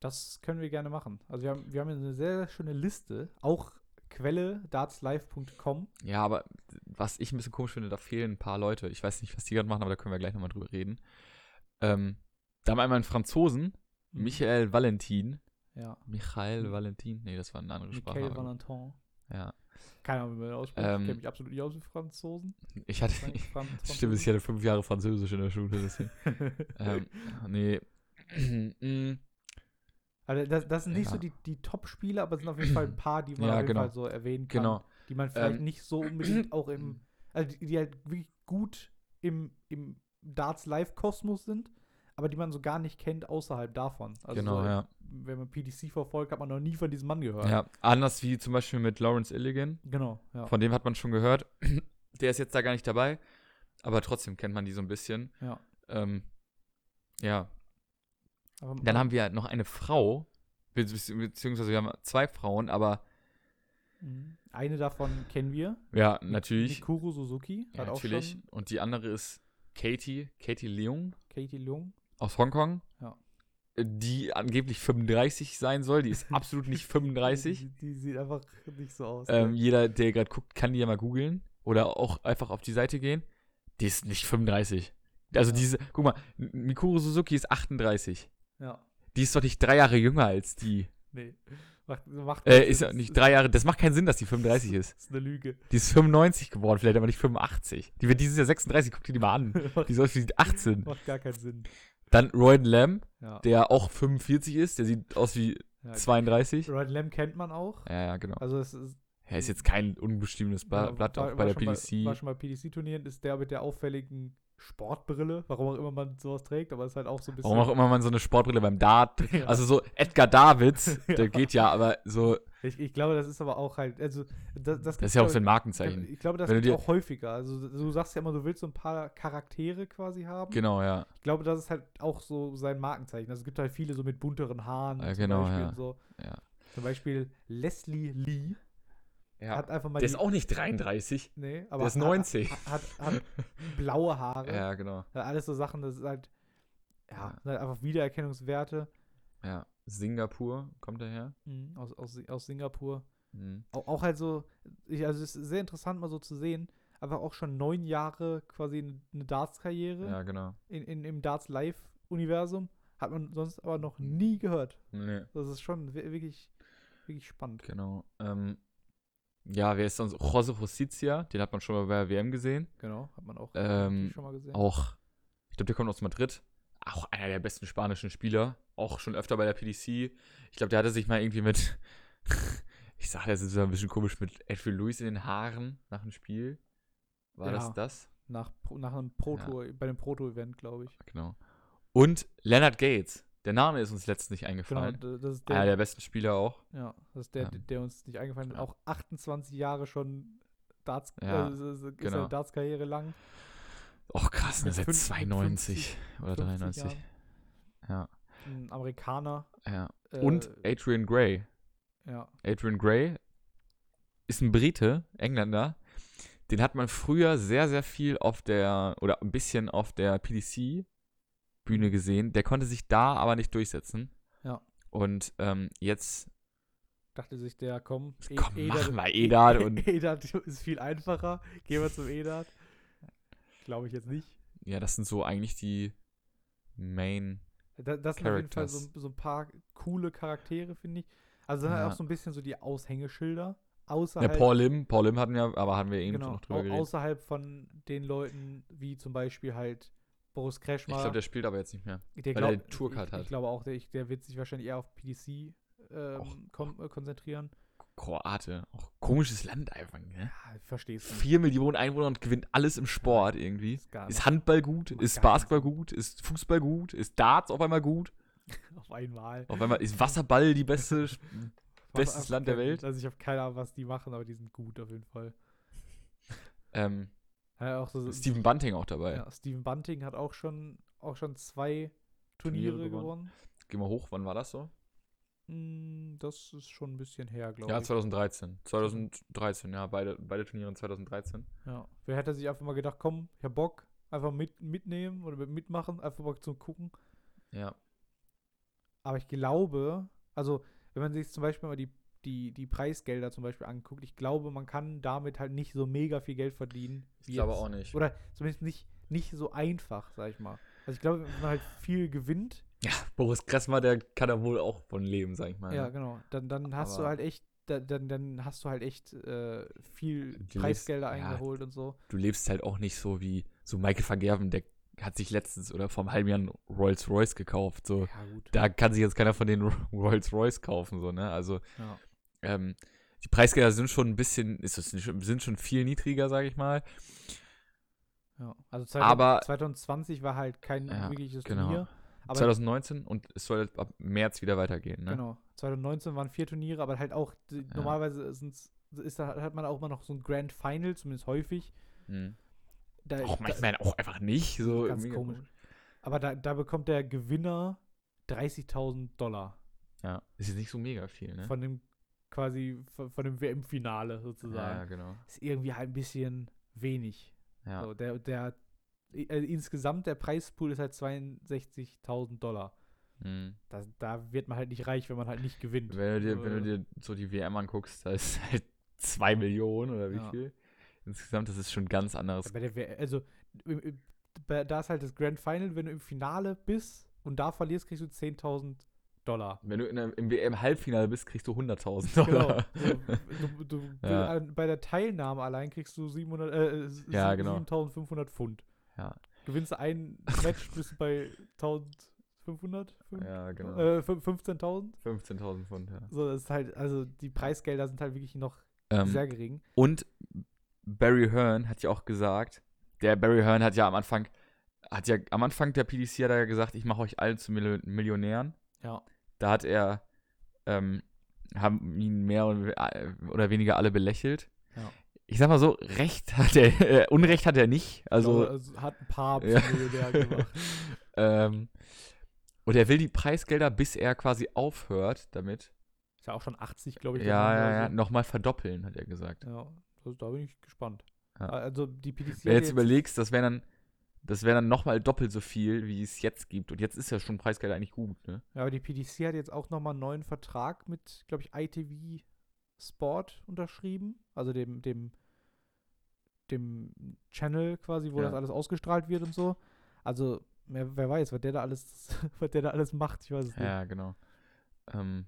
Speaker 2: Das können wir gerne machen. Also wir haben, wir haben eine sehr, sehr schöne Liste, auch Quelle dartslive.com.
Speaker 1: Ja, aber was ich ein bisschen komisch finde, da fehlen ein paar Leute. Ich weiß nicht, was die gerade machen, aber da können wir gleich nochmal drüber reden. Ähm, da haben wir einmal einen Franzosen,
Speaker 2: Mhm.
Speaker 1: Mhm. Michael Valentin.
Speaker 2: Ja.
Speaker 1: Michael
Speaker 2: Mhm.
Speaker 1: Valentin? Nee, das war eine andere Sprache.
Speaker 2: Michael
Speaker 1: aber-
Speaker 2: Valentin.
Speaker 1: Ja.
Speaker 2: Keine Ahnung, wie man den ausspricht.
Speaker 1: Ähm,
Speaker 2: ich kenne mich absolut nicht aus mit Franzosen.
Speaker 1: Ich hatte,
Speaker 2: Frank- Fran-
Speaker 1: Stimmt, ich
Speaker 2: Franzosen.
Speaker 1: hatte fünf Jahre Französisch in der Schule, deswegen. ähm, nee. Mm,
Speaker 2: Also das, das sind nicht so
Speaker 1: Ja.
Speaker 2: die, die Top-Spiele, aber es sind auf jeden Fall ein paar, die man
Speaker 1: Ja,
Speaker 2: auf jeden
Speaker 1: genau.
Speaker 2: Fall so erwähnen kann.
Speaker 1: genau.
Speaker 2: Die man vielleicht
Speaker 1: Ähm,
Speaker 2: nicht so unbedingt auch im, also die, die halt wirklich gut im, im Darts-Live-Kosmos sind, aber die man so gar nicht kennt außerhalb davon. Also
Speaker 1: genau,
Speaker 2: so,
Speaker 1: ja.
Speaker 2: wenn man PDC verfolgt, hat man noch nie von diesem Mann gehört.
Speaker 1: ja. Anders wie zum Beispiel mit Lawrence Illigan.
Speaker 2: Genau, ja.
Speaker 1: Von dem hat man schon gehört. Der ist jetzt da gar nicht dabei, aber trotzdem kennt man die so ein bisschen.
Speaker 2: Ja.
Speaker 1: Ähm, ja.
Speaker 2: Aber
Speaker 1: Dann haben wir noch eine Frau, be- be- beziehungsweise wir haben zwei Frauen, aber
Speaker 2: Mhm. eine davon kennen wir.
Speaker 1: ja, natürlich.
Speaker 2: Mikuru Suzuki
Speaker 1: Ja,
Speaker 2: hat auch
Speaker 1: natürlich.
Speaker 2: schon
Speaker 1: Und die andere ist Katie, Katie Leung
Speaker 2: Katie Leung.
Speaker 1: aus Hongkong.
Speaker 2: Ja.
Speaker 1: Die angeblich 35 sein soll. Die ist absolut nicht 35.
Speaker 2: Die, die sieht einfach nicht so aus.
Speaker 1: Ähm,
Speaker 2: ne?
Speaker 1: jeder, der gerade guckt, kann die ja mal googeln oder auch einfach auf die Seite gehen. Die ist nicht 35. Also
Speaker 2: Ja.
Speaker 1: diese, guck mal, M- Mikuru Suzuki ist 38.
Speaker 2: ja,
Speaker 1: Die ist doch nicht drei Jahre jünger als die.
Speaker 2: nee. Macht, macht
Speaker 1: Äh,
Speaker 2: keinen
Speaker 1: ist
Speaker 2: Sinn.
Speaker 1: ja nicht drei Jahre, das macht keinen Sinn, dass die 35 ist.
Speaker 2: Ist eine Lüge.
Speaker 1: Die ist 95 geworden, vielleicht aber nicht 85. Die wird dieses Jahr 36, guck dir die mal an.
Speaker 2: macht,
Speaker 1: Die soll wie 18.
Speaker 2: macht gar keinen Sinn.
Speaker 1: Dann Royden Lamb,
Speaker 2: Ja.
Speaker 1: der auch 45 ist, der sieht aus wie
Speaker 2: ja.
Speaker 1: 32.
Speaker 2: Ryan Lamb kennt man auch.
Speaker 1: Ja, ja, genau.
Speaker 2: Also es ist
Speaker 1: Er ist jetzt kein unbestimmtes Bla-
Speaker 2: ja,
Speaker 1: Blatt,
Speaker 2: war-
Speaker 1: auch bei
Speaker 2: war
Speaker 1: der
Speaker 2: schon Bei, war
Speaker 1: PDC.
Speaker 2: schon bei PDC-Turnieren, ist der mit der auffälligen Sportbrille, warum auch immer man sowas trägt, aber ist halt auch so ein bisschen.
Speaker 1: Warum auch immer man so eine Sportbrille beim Dart
Speaker 2: Ja.
Speaker 1: Also so Edgar Davids,
Speaker 2: Ja.
Speaker 1: der geht ja, aber so,
Speaker 2: ich, ich glaube, das ist aber auch halt, also das, das,
Speaker 1: das ist ja auch so
Speaker 2: so
Speaker 1: ein Markenzeichen.
Speaker 2: Ich glaube, das
Speaker 1: Wenn du
Speaker 2: gibt
Speaker 1: dir-
Speaker 2: auch häufiger. Also du sagst ja immer, du willst so ein paar Charaktere quasi haben.
Speaker 1: Genau, ja.
Speaker 2: Ich glaube, das ist halt auch so sein Markenzeichen. Also es gibt halt viele so mit bunteren Haaren
Speaker 1: Ja,
Speaker 2: zum
Speaker 1: genau,
Speaker 2: Beispiel
Speaker 1: ja.
Speaker 2: und so.
Speaker 1: Ja.
Speaker 2: Zum Beispiel Leslie Lee hat einfach mal
Speaker 1: Der ist auch nicht 33.
Speaker 2: nee, aber
Speaker 1: der ist
Speaker 2: hat-
Speaker 1: 90.
Speaker 2: Hat, hat, hat blaue Haare.
Speaker 1: Ja, genau.
Speaker 2: Hat alles so Sachen, das ist halt, ja,
Speaker 1: Ja.
Speaker 2: sind halt einfach Wiedererkennungswerte
Speaker 1: Ja. Singapur kommt daher.
Speaker 2: mhm. aus, aus, aus Singapur.
Speaker 1: Mhm.
Speaker 2: auch, auch halt so, ich, also es ist sehr interessant mal so zu sehen, aber auch schon neun Jahre quasi eine, eine Darts-Karriere
Speaker 1: Ja, genau.
Speaker 2: in, in, im Darts-Live-Universum, hat man sonst aber noch nie gehört.
Speaker 1: Nee.
Speaker 2: Das ist schon wi- wirklich, wirklich spannend.
Speaker 1: Genau. Ähm, ja, wer ist sonst? Jose Justicia, den hat man schon mal bei der WM gesehen.
Speaker 2: Genau, hat man auch
Speaker 1: Ähm,
Speaker 2: schon mal gesehen.
Speaker 1: Auch, ich glaube, der kommt aus Madrid. Auch einer der besten spanischen Spieler. Auch schon öfter bei der PDC. Ich glaube, der hatte sich mal irgendwie mit. ich sage, das ist so ein bisschen komisch mit Edwin Lewis in den Haaren nach dem Spiel. War
Speaker 2: Ja.
Speaker 1: das das?
Speaker 2: Nach, Pro- nach einem Proto, bei dem Proto-Event, glaube ich.
Speaker 1: Genau. Und Leonard Gates. Der Name ist uns letztens nicht
Speaker 2: Genau,
Speaker 1: eingefallen.
Speaker 2: d- das ist der,
Speaker 1: Einer der besten Spieler auch.
Speaker 2: ja, das ist der,
Speaker 1: ähm,
Speaker 2: der uns nicht eingefallen hat.
Speaker 1: ja.
Speaker 2: Auch 28 Jahre schon Darts,
Speaker 1: Ja,
Speaker 2: also ist seine
Speaker 1: genau.
Speaker 2: Darts-Karriere lang.
Speaker 1: Och krass, ne,
Speaker 2: Mit
Speaker 1: seit
Speaker 2: fünf- mit
Speaker 1: 92 oder
Speaker 2: 50
Speaker 1: 93. Ja.
Speaker 2: Jahren. Ein Amerikaner.
Speaker 1: Ja.
Speaker 2: äh,
Speaker 1: Und Adrian Gray.
Speaker 2: ja,
Speaker 1: Adrian Gray ist ein Brite, Engländer. Den hat man früher sehr, sehr viel auf der, oder ein bisschen auf der PDC-Bühne gesehen. Der konnte sich da aber nicht durchsetzen.
Speaker 2: Ja.
Speaker 1: Und ähm, jetzt,
Speaker 2: dachte sich der, komm, E-
Speaker 1: komm,
Speaker 2: Edat-
Speaker 1: machen wir Edat
Speaker 2: E-
Speaker 1: und,
Speaker 2: Edat ist viel einfacher. Gehen wir zum Edat. Glaube ich jetzt nicht.
Speaker 1: ja, das sind so eigentlich die Main,
Speaker 2: Da, das sind auf jeden Fall so,
Speaker 1: Characters.
Speaker 2: so ein paar coole Charaktere, finde ich. Also sind
Speaker 1: Ja.
Speaker 2: halt auch so ein bisschen so die Aushängeschilder. Außerhalb,
Speaker 1: Ja, Paul Lim, Paul Lim hatten ja, aber haben wir eben schon
Speaker 2: Halt genau,
Speaker 1: noch drüber
Speaker 2: au-
Speaker 1: geredet.
Speaker 2: außerhalb von den Leuten, wie zum Beispiel halt Boris
Speaker 1: Ich
Speaker 2: Kreschmar.
Speaker 1: glaube, der spielt aber jetzt nicht mehr.
Speaker 2: der,
Speaker 1: weil der
Speaker 2: glaub-
Speaker 1: Tourcard
Speaker 2: ich,
Speaker 1: hat.
Speaker 2: Ich glaube auch, der, ich, der wird sich wahrscheinlich eher auf PDC
Speaker 1: Och.
Speaker 2: ähm, kon äh, konzentrieren.
Speaker 1: Kroate, auch komisches Land einfach, ne?
Speaker 2: Ja, ich verstehe es nicht.
Speaker 1: Vier Millionen Einwohner und gewinnt alles im Sport irgendwie.
Speaker 2: Ist gar
Speaker 1: Ist
Speaker 2: nicht
Speaker 1: Handball gut,
Speaker 2: Macht
Speaker 1: ist
Speaker 2: gar
Speaker 1: Basketball gut, ist Fußball gut, ist Darts auf einmal gut, halt
Speaker 2: auf einmal.
Speaker 1: auf einmal ist Wasserball die beste. Sch- Bestes
Speaker 2: Auf- auf-
Speaker 1: Land der Welt.
Speaker 2: Also ich habe keine Ahnung, was die machen, aber die sind gut auf jeden Fall.
Speaker 1: ähm,
Speaker 2: Ja, auch so,
Speaker 1: Steven Bunting auch dabei.
Speaker 2: Also, Ja, Steven Bunting hat auch schon, auch schon zwei Turniere,
Speaker 1: Turniere gewonnen.
Speaker 2: gewonnen.
Speaker 1: Geh mal hoch, wann war das so?
Speaker 2: Mm, Das ist schon ein bisschen her, glaube
Speaker 1: Ja,
Speaker 2: ich.
Speaker 1: 2013. 2013, ja, beide, beide Turniere in 2013.
Speaker 2: Ja. Wer hätte sich einfach mal gedacht, komm, ich hab Bock, einfach mit, mitnehmen oder mit- mitmachen, einfach mal zum Gucken.
Speaker 1: Ja.
Speaker 2: Aber ich glaube, also wenn man sich zum Beispiel mal die, die, die Preisgelder zum Beispiel anguckt, ich glaube, man kann damit halt nicht so mega viel Geld verdienen.
Speaker 1: Ich
Speaker 2: wie
Speaker 1: glaube
Speaker 2: jetzt.
Speaker 1: auch nicht.
Speaker 2: Oder zumindest nicht, nicht so einfach, sag ich mal. Also ich glaube, wenn man halt viel gewinnt,
Speaker 1: Boris Kressmer, der kann da wohl auch von leben, sag ich mal.
Speaker 2: Ja,
Speaker 1: ne?
Speaker 2: genau. Dann, dann hast du
Speaker 1: Aber-
Speaker 2: halt echt, da- dann, dann hast du halt echt äh, viel
Speaker 1: Die
Speaker 2: Preisgelder
Speaker 1: List- ja.
Speaker 2: eingeholt und so.
Speaker 1: du lebst halt auch nicht so wie so Michael van Gerven, der hat sich letztens oder vor einem halben Jahr einen Rolls Royce gekauft. So,
Speaker 2: Ja, gut.
Speaker 1: da kann sich jetzt keiner von den Rolls Royce kaufen, so, ne? Also,
Speaker 2: Ja.
Speaker 1: ähm, die Preisgelder sind schon ein bisschen, ist es nicht, sind schon viel niedriger, sage ich mal.
Speaker 2: Ja. Also 2000,
Speaker 1: Aber-
Speaker 2: 2020 war halt kein
Speaker 1: Ja,
Speaker 2: wirkliches
Speaker 1: genau.
Speaker 2: Turnier. Aber
Speaker 1: 2019 und es soll ab März wieder weitergehen, ne?
Speaker 2: genau. 2019 waren vier Turniere, aber halt auch die- normalerweise sind's, ist da hat man auch immer noch so ein Grand Final, zumindest häufig.
Speaker 1: Mhm.
Speaker 2: Da,
Speaker 1: Auch manchmal auch einfach nicht. So
Speaker 2: da, ganz
Speaker 1: mega
Speaker 2: komisch. Aber da, da bekommt der Gewinner 30.000 Dollar
Speaker 1: Ja, ist jetzt nicht so mega viel, ne?
Speaker 2: von dem quasi von, von dem WM-Finale
Speaker 1: ja,
Speaker 2: sozusagen.
Speaker 1: ja, genau.
Speaker 2: Ist irgendwie halt ein bisschen wenig.
Speaker 1: Ja.
Speaker 2: So, der, der, i- also insgesamt der Preispool ist halt 62.000 Dollar.
Speaker 1: Mhm.
Speaker 2: Da, da wird man halt nicht reich, wenn man halt nicht gewinnt.
Speaker 1: Wenn du dir, wenn du
Speaker 2: Äh,
Speaker 1: dir so die WM anguckst, da ist halt 2 Millionen oder wie
Speaker 2: Ja.
Speaker 1: viel. Insgesamt, das ist schon ganz anderes.
Speaker 2: bei der, W- also im, im, bei- da ist halt das Grand Final, wenn du im Finale bist und da verlierst, kriegst du 10.000 Dollar.
Speaker 1: Wenn du in der, im WM-Halbfinale bist, kriegst du
Speaker 2: Genau.
Speaker 1: 100.000 Dollar.
Speaker 2: So, also, du, du,
Speaker 1: Ja.
Speaker 2: an- Bei der Teilnahme allein kriegst du 700, äh, s-
Speaker 1: Ja,
Speaker 2: sieb-
Speaker 1: genau.
Speaker 2: 7.500 Pfund.
Speaker 1: Ja.
Speaker 2: Gewinnst du ein Match, bist du bei 1.500? Fünf-
Speaker 1: ja, genau.
Speaker 2: Äh, fün- 15.000?
Speaker 1: 15.000 Pfund, ja.
Speaker 2: So, das ist halt, also die Preisgelder sind halt wirklich noch
Speaker 1: Ähm,
Speaker 2: sehr gering.
Speaker 1: Und Barry Hearn hat ja auch gesagt, der Barry Hearn hat ja am Anfang, hat ja am Anfang der PDC hat er ja gesagt, ich mache euch alle zu Mil- Millionären.
Speaker 2: Ja.
Speaker 1: Da hat er, ähm, haben ihn mehr und- äh, oder weniger alle belächelt.
Speaker 2: Ja.
Speaker 1: Ich sag mal so, Recht hat er, äh, Unrecht hat er nicht. Also,
Speaker 2: Glaube, es hat ein paar
Speaker 1: Ja.
Speaker 2: Millionär gemacht.
Speaker 1: ähm, und er will die Preisgelder, bis er quasi aufhört damit.
Speaker 2: Ist ja auch schon 80, glaube ich.
Speaker 1: ja, ja,
Speaker 2: geworden
Speaker 1: ja,
Speaker 2: oder
Speaker 1: nochmal verdoppeln, hat er gesagt.
Speaker 2: so. ja. Also, da bin ich gespannt.
Speaker 1: Ja.
Speaker 2: Also die PDC.
Speaker 1: Wenn
Speaker 2: hat
Speaker 1: du jetzt überlegst, das wäre dann, das wäre dann nochmal doppelt so viel, wie es jetzt gibt. Und jetzt ist ja schon Preisgeld eigentlich gut, ne?
Speaker 2: ja, aber die PDC hat jetzt auch nochmal einen neuen Vertrag mit, glaube ich, ITV Sport unterschrieben. Also dem, dem, dem Channel quasi, wo
Speaker 1: Ja.
Speaker 2: das alles ausgestrahlt wird und so. Also, wer, wer weiß, was der da alles, was der da alles macht, ich weiß es nicht.
Speaker 1: Ja, genau. Ähm,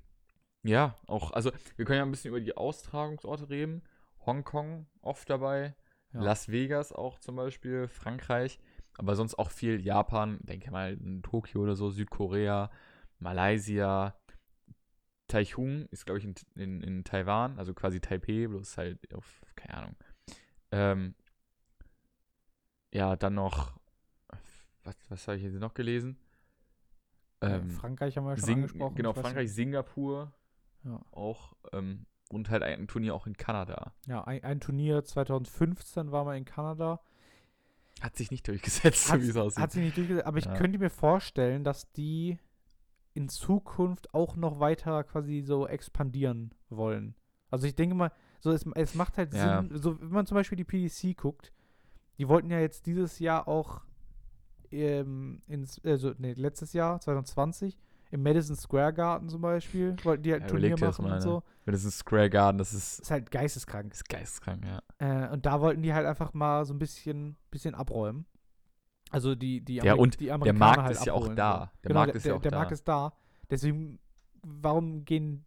Speaker 1: ja, auch, also wir können ja ein bisschen über die Austragungsorte reden. Hongkong oft dabei,
Speaker 2: Ja.
Speaker 1: Las Vegas auch zum Beispiel, Frankreich, aber sonst auch viel Japan, denke mal in Tokio oder so, Südkorea, Malaysia, Taichung ist, glaube ich, in, in, in Taiwan, also quasi Taipei, bloß halt auf, keine Ahnung. Ähm, ja, dann noch, was, was habe ich jetzt noch gelesen? Ähm,
Speaker 2: Frankreich haben wir ja schon
Speaker 1: Sing-
Speaker 2: angesprochen.
Speaker 1: Genau,
Speaker 2: ich weiß
Speaker 1: Frankreich, Singapur
Speaker 2: nicht. Ja,
Speaker 1: auch ähm, und halt ein Turnier auch in Kanada.
Speaker 2: ja ein, ein Turnier 2015 war mal in Kanada.
Speaker 1: Hat sich nicht durchgesetzt, so
Speaker 2: Hat-
Speaker 1: wie es aussieht.
Speaker 2: Hat sich nicht durchgesetzt, aber ich
Speaker 1: Ja.
Speaker 2: könnte mir vorstellen, dass die in Zukunft auch noch weiter quasi so expandieren wollen. Also ich denke mal, so es, es macht halt
Speaker 1: Ja.
Speaker 2: Sinn, so wenn man zum Beispiel die PDC guckt, die wollten ja jetzt dieses Jahr auch ähm, ins, also nee, letztes Jahr, 2020, im Madison Square Garden zum Beispiel, wollten die halt
Speaker 1: Ja,
Speaker 2: ein
Speaker 1: überleg
Speaker 2: Turnier
Speaker 1: dir das
Speaker 2: machen
Speaker 1: mal,
Speaker 2: und
Speaker 1: ne?
Speaker 2: so.
Speaker 1: Das ist ein Square Garden, das ist,
Speaker 2: Ist halt geisteskrank.
Speaker 1: ist geistkrank, ja.
Speaker 2: Äh, und da wollten die halt einfach mal so ein bisschen, bisschen abräumen. Also die, die,
Speaker 1: Ja,
Speaker 2: Ameri-
Speaker 1: und
Speaker 2: die
Speaker 1: Der
Speaker 2: Amerikaner
Speaker 1: Markt
Speaker 2: halt
Speaker 1: ist ja auch
Speaker 2: abholen,
Speaker 1: da.
Speaker 2: So.
Speaker 1: Der
Speaker 2: genau,
Speaker 1: Markt ist
Speaker 2: der,
Speaker 1: ja auch
Speaker 2: der
Speaker 1: da.
Speaker 2: Markt ist da. Deswegen, warum gehen,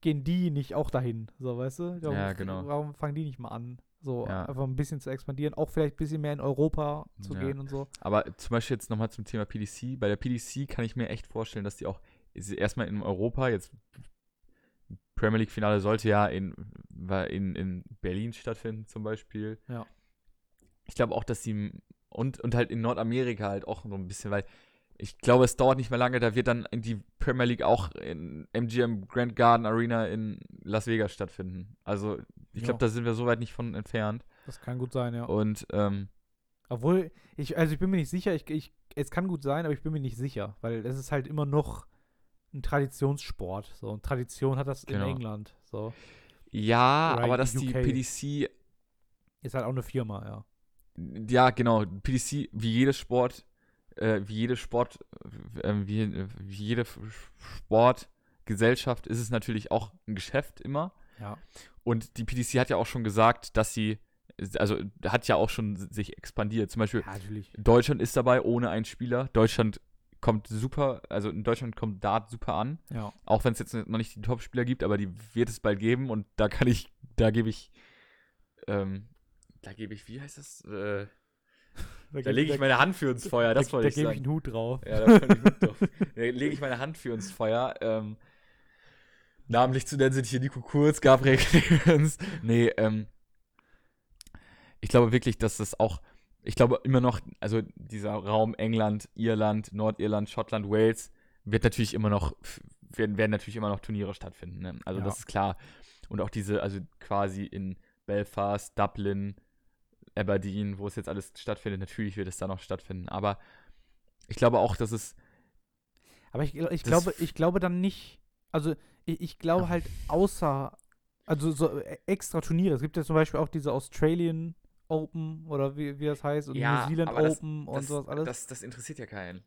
Speaker 2: gehen die nicht auch dahin? So, weißt du? Warum,
Speaker 1: Ja, genau.
Speaker 2: Warum fangen die nicht mal an? So,
Speaker 1: Ja.
Speaker 2: einfach ein bisschen zu expandieren, auch vielleicht ein bisschen mehr in Europa zu
Speaker 1: Ja.
Speaker 2: gehen und so.
Speaker 1: Aber zum Beispiel jetzt nochmal zum Thema PDC. Bei der PDC kann ich mir echt vorstellen, dass die auch sie- erstmal in Europa jetzt Premier League Finale sollte ja in, war in, in Berlin stattfinden zum Beispiel.
Speaker 2: Ja.
Speaker 1: Ich glaube auch, dass sie und, und halt in Nordamerika halt auch so ein bisschen, weil ich glaube, es dauert nicht mehr lange, da wird dann in die Premier League auch in MGM Grand Garden Arena in Las Vegas stattfinden. Also ich
Speaker 2: Ja.
Speaker 1: glaube, da sind wir so weit nicht von entfernt.
Speaker 2: Das kann gut sein, ja.
Speaker 1: Und ähm,
Speaker 2: Obwohl, ich, also ich bin mir nicht sicher, ich, ich, es kann gut sein, aber ich bin mir nicht sicher, weil es ist halt immer noch ein Traditionssport. So, und Tradition hat das
Speaker 1: Genau.
Speaker 2: in England. So.
Speaker 1: ja,
Speaker 2: Right,
Speaker 1: aber dass die
Speaker 2: UK.
Speaker 1: PDC
Speaker 2: Ist halt auch eine Firma, ja.
Speaker 1: Ja, genau. PDC, wie jedes Sport, äh, wie jede Sport, äh, wie, wie jede F- Sportgesellschaft ist es natürlich auch ein Geschäft immer.
Speaker 2: Ja.
Speaker 1: Und die PDC hat ja auch schon gesagt, dass sie, also hat ja auch schon sich expandiert. Zum Beispiel,
Speaker 2: Ja, natürlich.
Speaker 1: Deutschland ist dabei ohne einen Spieler. Deutschland kommt super, also in Deutschland kommt Dart super an.
Speaker 2: Ja.
Speaker 1: Auch wenn es jetzt noch nicht die Top-Spieler gibt, aber die wird es bald geben und da kann ich, da gebe ich, ähm, da gebe ich, wie heißt das? Äh, da lege ich meine Hand für ins Feuer, das wollte
Speaker 2: da
Speaker 1: ich
Speaker 2: gebe ich
Speaker 1: sagen.
Speaker 2: einen Hut drauf.
Speaker 1: Ja, da fand ich gut drauf. Da lege ich meine Hand für ins Feuer. Ähm, namentlich zu nennen sind hier Nico Kurz, Gabriel Clemens. Nee, ähm, ich glaube wirklich, dass das auch, ich glaube immer noch, also dieser Raum England, Irland, Nordirland, Schottland, Wales wird natürlich immer noch, werden, werden natürlich immer noch Turniere stattfinden. Ne? Also
Speaker 2: Ja.
Speaker 1: das ist klar. Und auch diese, also quasi in Belfast, Dublin, Aberdeen, wo es jetzt alles stattfindet, natürlich wird es da noch stattfinden. Aber ich glaube auch, dass es
Speaker 2: Aber ich, gl- ich,
Speaker 1: Das-
Speaker 2: glaube, ich glaube dann nicht. Also, ich, ich glaube
Speaker 1: Ja.
Speaker 2: halt außer. Also, so äh, extra Turniere. Es gibt ja zum Beispiel auch diese Australian Open oder wie, wie das heißt. Und
Speaker 1: Ja,
Speaker 2: New Zealand
Speaker 1: aber das-
Speaker 2: Open und
Speaker 1: das,
Speaker 2: sowas alles.
Speaker 1: Das, das interessiert ja keinen.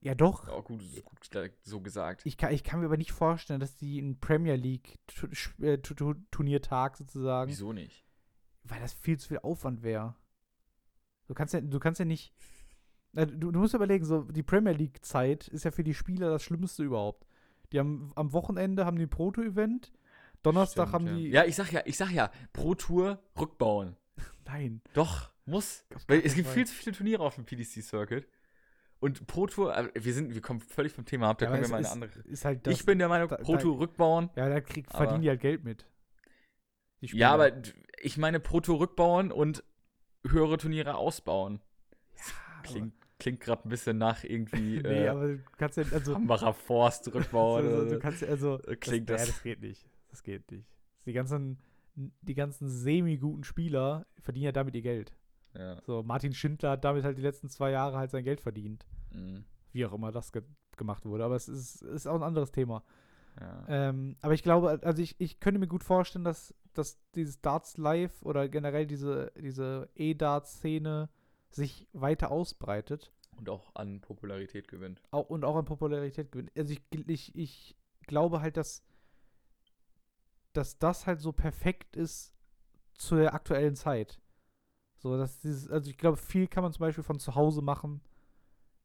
Speaker 2: ja, doch.
Speaker 1: Auch gut, gut so gesagt.
Speaker 2: Ich kann, ich kann mir aber nicht vorstellen, dass die einen Premier League Tu- Sch- äh, Tu- Tu- Turniertag sozusagen,
Speaker 1: Wieso nicht?
Speaker 2: weil das viel zu viel Aufwand wäre. Du kannst ja, du kannst ja nicht. Na, Du, du musst überlegen, so die Premier League Zeit ist ja für die Spieler das Schlimmste überhaupt. Die haben am Wochenende haben die ein Proto-Event, Donnerstag
Speaker 1: Stimmt,
Speaker 2: haben
Speaker 1: ja.
Speaker 2: die.
Speaker 1: Ja, ich sag ja, ich sag ja, pro Tour rückbauen.
Speaker 2: Nein.
Speaker 1: Doch, muss.
Speaker 2: Auf
Speaker 1: Weil
Speaker 2: keinen
Speaker 1: es gibt
Speaker 2: Fall.
Speaker 1: viel zu viele Turniere auf dem PDC-Circuit. Und pro Tour, äh, wir, sind, wir kommen völlig vom Thema ab, da
Speaker 2: Ja, aber
Speaker 1: können wir
Speaker 2: es
Speaker 1: mal eine
Speaker 2: ist,
Speaker 1: andere.
Speaker 2: Ist halt das,
Speaker 1: ich bin der Meinung,
Speaker 2: da-
Speaker 1: pro
Speaker 2: da-
Speaker 1: Tour rückbauen.
Speaker 2: ja, da krieg,
Speaker 1: aber-
Speaker 2: verdienen die halt Geld mit. Die Spieler.
Speaker 1: Ja, aber d- ich meine pro Tour rückbauen und höhere Turniere ausbauen.
Speaker 2: Ja, Ah, aber-
Speaker 1: Klingt, klingt gerade ein bisschen nach irgendwie
Speaker 2: Nee,
Speaker 1: äh,
Speaker 2: aber du kannst ja. Also,
Speaker 1: Hambacher Forst rückbauen.
Speaker 2: so, so,
Speaker 1: oder so.
Speaker 2: du kannst ja also
Speaker 1: Klingt
Speaker 2: das,
Speaker 1: das-
Speaker 2: Ja, das geht nicht. Das geht nicht. Die ganzen, die ganzen semi-guten Spieler verdienen ja damit ihr Geld.
Speaker 1: Ja.
Speaker 2: So, Martin Schindler hat damit halt die letzten zwei Jahre halt sein Geld verdient.
Speaker 1: Mhm.
Speaker 2: Wie auch immer das ge gemacht wurde. Aber es ist, ist auch ein anderes Thema.
Speaker 1: Ja.
Speaker 2: Ähm, aber ich glaube, also ich, ich könnte mir gut vorstellen, dass, dass dieses Darts Live oder generell diese, diese E-Darts-Szene sich weiter ausbreitet.
Speaker 1: Und auch an Popularität gewinnt.
Speaker 2: auch, und auch an Popularität gewinnt. Also ich, gl- ich, ich glaube halt, dass, dass das halt so perfekt ist zur aktuellen Zeit. So, dass dieses, also ich glaube, viel kann man zum Beispiel von zu Hause machen.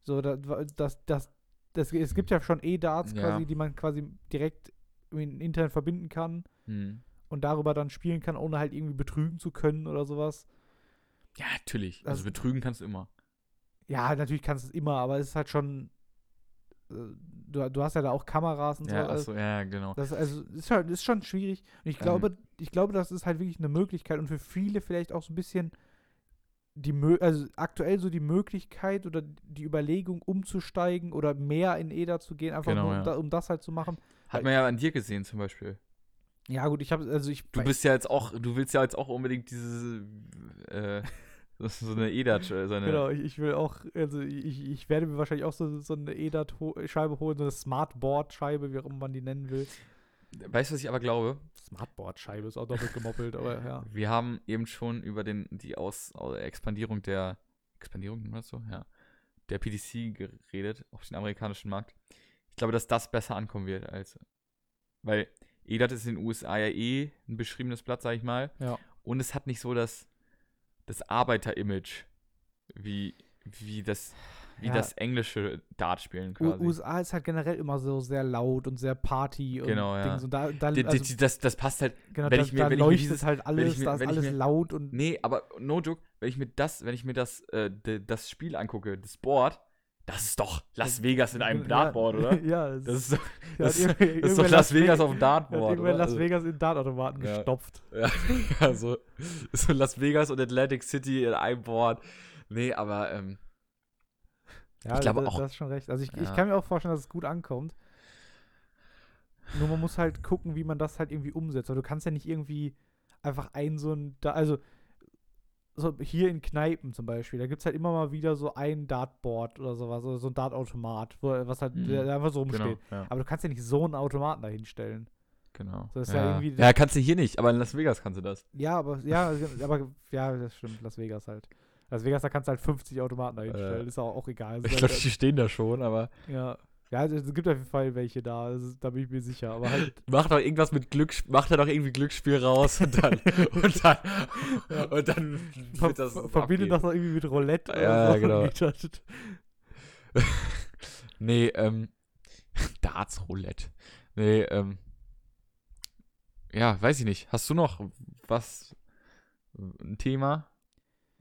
Speaker 2: So, da- wa- das, das, das, es gibt ja schon E-Darts
Speaker 1: Ja.
Speaker 2: quasi, die man quasi direkt im Internet verbinden kann
Speaker 1: Hm.
Speaker 2: und darüber dann spielen kann, ohne halt irgendwie betrügen zu können oder sowas.
Speaker 1: Ja, natürlich.
Speaker 2: Das-
Speaker 1: also betrügen kannst du immer.
Speaker 2: Ja, natürlich kannst du es immer, aber es ist halt schon. äh, Du, du hast ja da auch Kameras und so. also
Speaker 1: Ja,
Speaker 2: alles.
Speaker 1: achso, ja, genau.
Speaker 2: Das also ist, halt, ist schon schwierig. Und ich
Speaker 1: Ähm.
Speaker 2: glaube, ich glaube, das ist halt wirklich eine Möglichkeit und für viele vielleicht auch so ein bisschen die Mö also aktuell so die Möglichkeit oder die Überlegung umzusteigen oder mehr in EDA zu gehen, einfach
Speaker 1: Genau,
Speaker 2: nur, um,
Speaker 1: ja.
Speaker 2: da, um das halt zu machen.
Speaker 1: Hat man ja an dir gesehen zum Beispiel.
Speaker 2: Ja, gut, ich habe also ich
Speaker 1: Du bist ja jetzt auch, du willst ja jetzt auch unbedingt diese, äh, das ist so eine EDATS, so eine.
Speaker 2: Genau, ich, ich will auch, also ich, ich werde mir wahrscheinlich auch so, so eine EDAT-Scheibe holen, so eine Smartboard-Scheibe, wie auch immer man die nennen will.
Speaker 1: Weißt du, was ich aber glaube?
Speaker 2: Smartboard-Scheibe ist auch doppelt gemoppelt, aber ja.
Speaker 1: Wir haben eben schon über den, die Aus, Au- Expandierung der Expandierung oder so, ja, der PDC geredet auf den amerikanischen Markt. Ich glaube, dass das besser ankommen wird als. Weil EDAT ist in den USA ja eh ein beschriebenes Blatt, sag ich mal.
Speaker 2: Ja.
Speaker 1: Und es hat nicht so das, das Arbeiter-Image, wie, wie, das, wie
Speaker 2: Ja.
Speaker 1: das englische Dartspielen
Speaker 2: U
Speaker 1: quasi.
Speaker 2: USA ist halt generell immer so sehr laut und sehr Party und
Speaker 1: Genau, ja.
Speaker 2: Dings und da, da,
Speaker 1: Die- die-
Speaker 2: also,
Speaker 1: die- das, das passt halt.
Speaker 2: genau,
Speaker 1: wenn
Speaker 2: da,
Speaker 1: ich mir-
Speaker 2: da
Speaker 1: wenn ich mir
Speaker 2: leuchtet
Speaker 1: dieses-
Speaker 2: halt alles,
Speaker 1: ich mir-
Speaker 2: da ist
Speaker 1: wenn ich
Speaker 2: alles
Speaker 1: mir-
Speaker 2: laut und
Speaker 1: Nee, aber no joke, wenn ich mir das, wenn ich mir das, äh, de, das Spiel angucke, das Board, das ist doch Las Vegas in einem
Speaker 2: Ja,
Speaker 1: Dartboard, oder?
Speaker 2: ja,
Speaker 1: Das ist doch,
Speaker 2: ja,
Speaker 1: das-
Speaker 2: hat irgendwie-
Speaker 1: das ist doch
Speaker 2: irgendwer
Speaker 1: Las Vegas
Speaker 2: Ve-
Speaker 1: auf dem
Speaker 2: hat irgendwer
Speaker 1: Dartboard, oder? Also
Speaker 2: Las Vegas in Dartautomaten
Speaker 1: Ja.
Speaker 2: gestopft.
Speaker 1: Also, ja, so, so Las Vegas und Atlantic City in einem Board. Nee, aber ähm,
Speaker 2: Ja,
Speaker 1: Ich glaube
Speaker 2: da-
Speaker 1: auch-
Speaker 2: Da hast schon recht. Also ich, ich
Speaker 1: Ja.
Speaker 2: kann mir auch vorstellen, dass es gut ankommt. Nur man muss halt gucken, wie man das halt irgendwie umsetzt. Weil du kannst ja nicht irgendwie einfach ein so ein, da also so hier in Kneipen zum Beispiel, da gibt es halt immer mal wieder so ein Dartboard oder sowas, oder so ein Dartautomat, wo, was halt
Speaker 1: Mhm.
Speaker 2: der der einfach so rumsteht.
Speaker 1: genau. Ja,
Speaker 2: Aber du kannst ja nicht so einen Automaten da hinstellen.
Speaker 1: genau.
Speaker 2: So ist ja
Speaker 1: ja.
Speaker 2: irgendwie-
Speaker 1: ja, kannst du hier nicht, aber in Las Vegas kannst du das.
Speaker 2: Ja, aber ja, also, aber ja, das stimmt, Las Vegas halt. Las Vegas, da kannst du halt 50 Automaten da hinstellen, ist auch, auch egal. Also
Speaker 1: Äh, Ich
Speaker 2: da-
Speaker 1: glaube, die stehen da schon, aber
Speaker 2: Ja. Ja, also es gibt auf jeden Fall welche da, das ist, da bin ich mir sicher. Aber halt,
Speaker 1: mach doch irgendwas mit Glück, mach da doch irgendwie Glücksspiel raus und dann und dann
Speaker 2: Ja.
Speaker 1: und dann
Speaker 2: ver
Speaker 1: wird das
Speaker 2: ver- verbinde
Speaker 1: abgehen.
Speaker 2: das noch irgendwie mit Roulette
Speaker 1: Ja,
Speaker 2: so.
Speaker 1: genau.
Speaker 2: Das,
Speaker 1: Nee, ähm, Darts Roulette. Nee, ähm, ja, weiß ich nicht. Hast du noch was, ein Thema?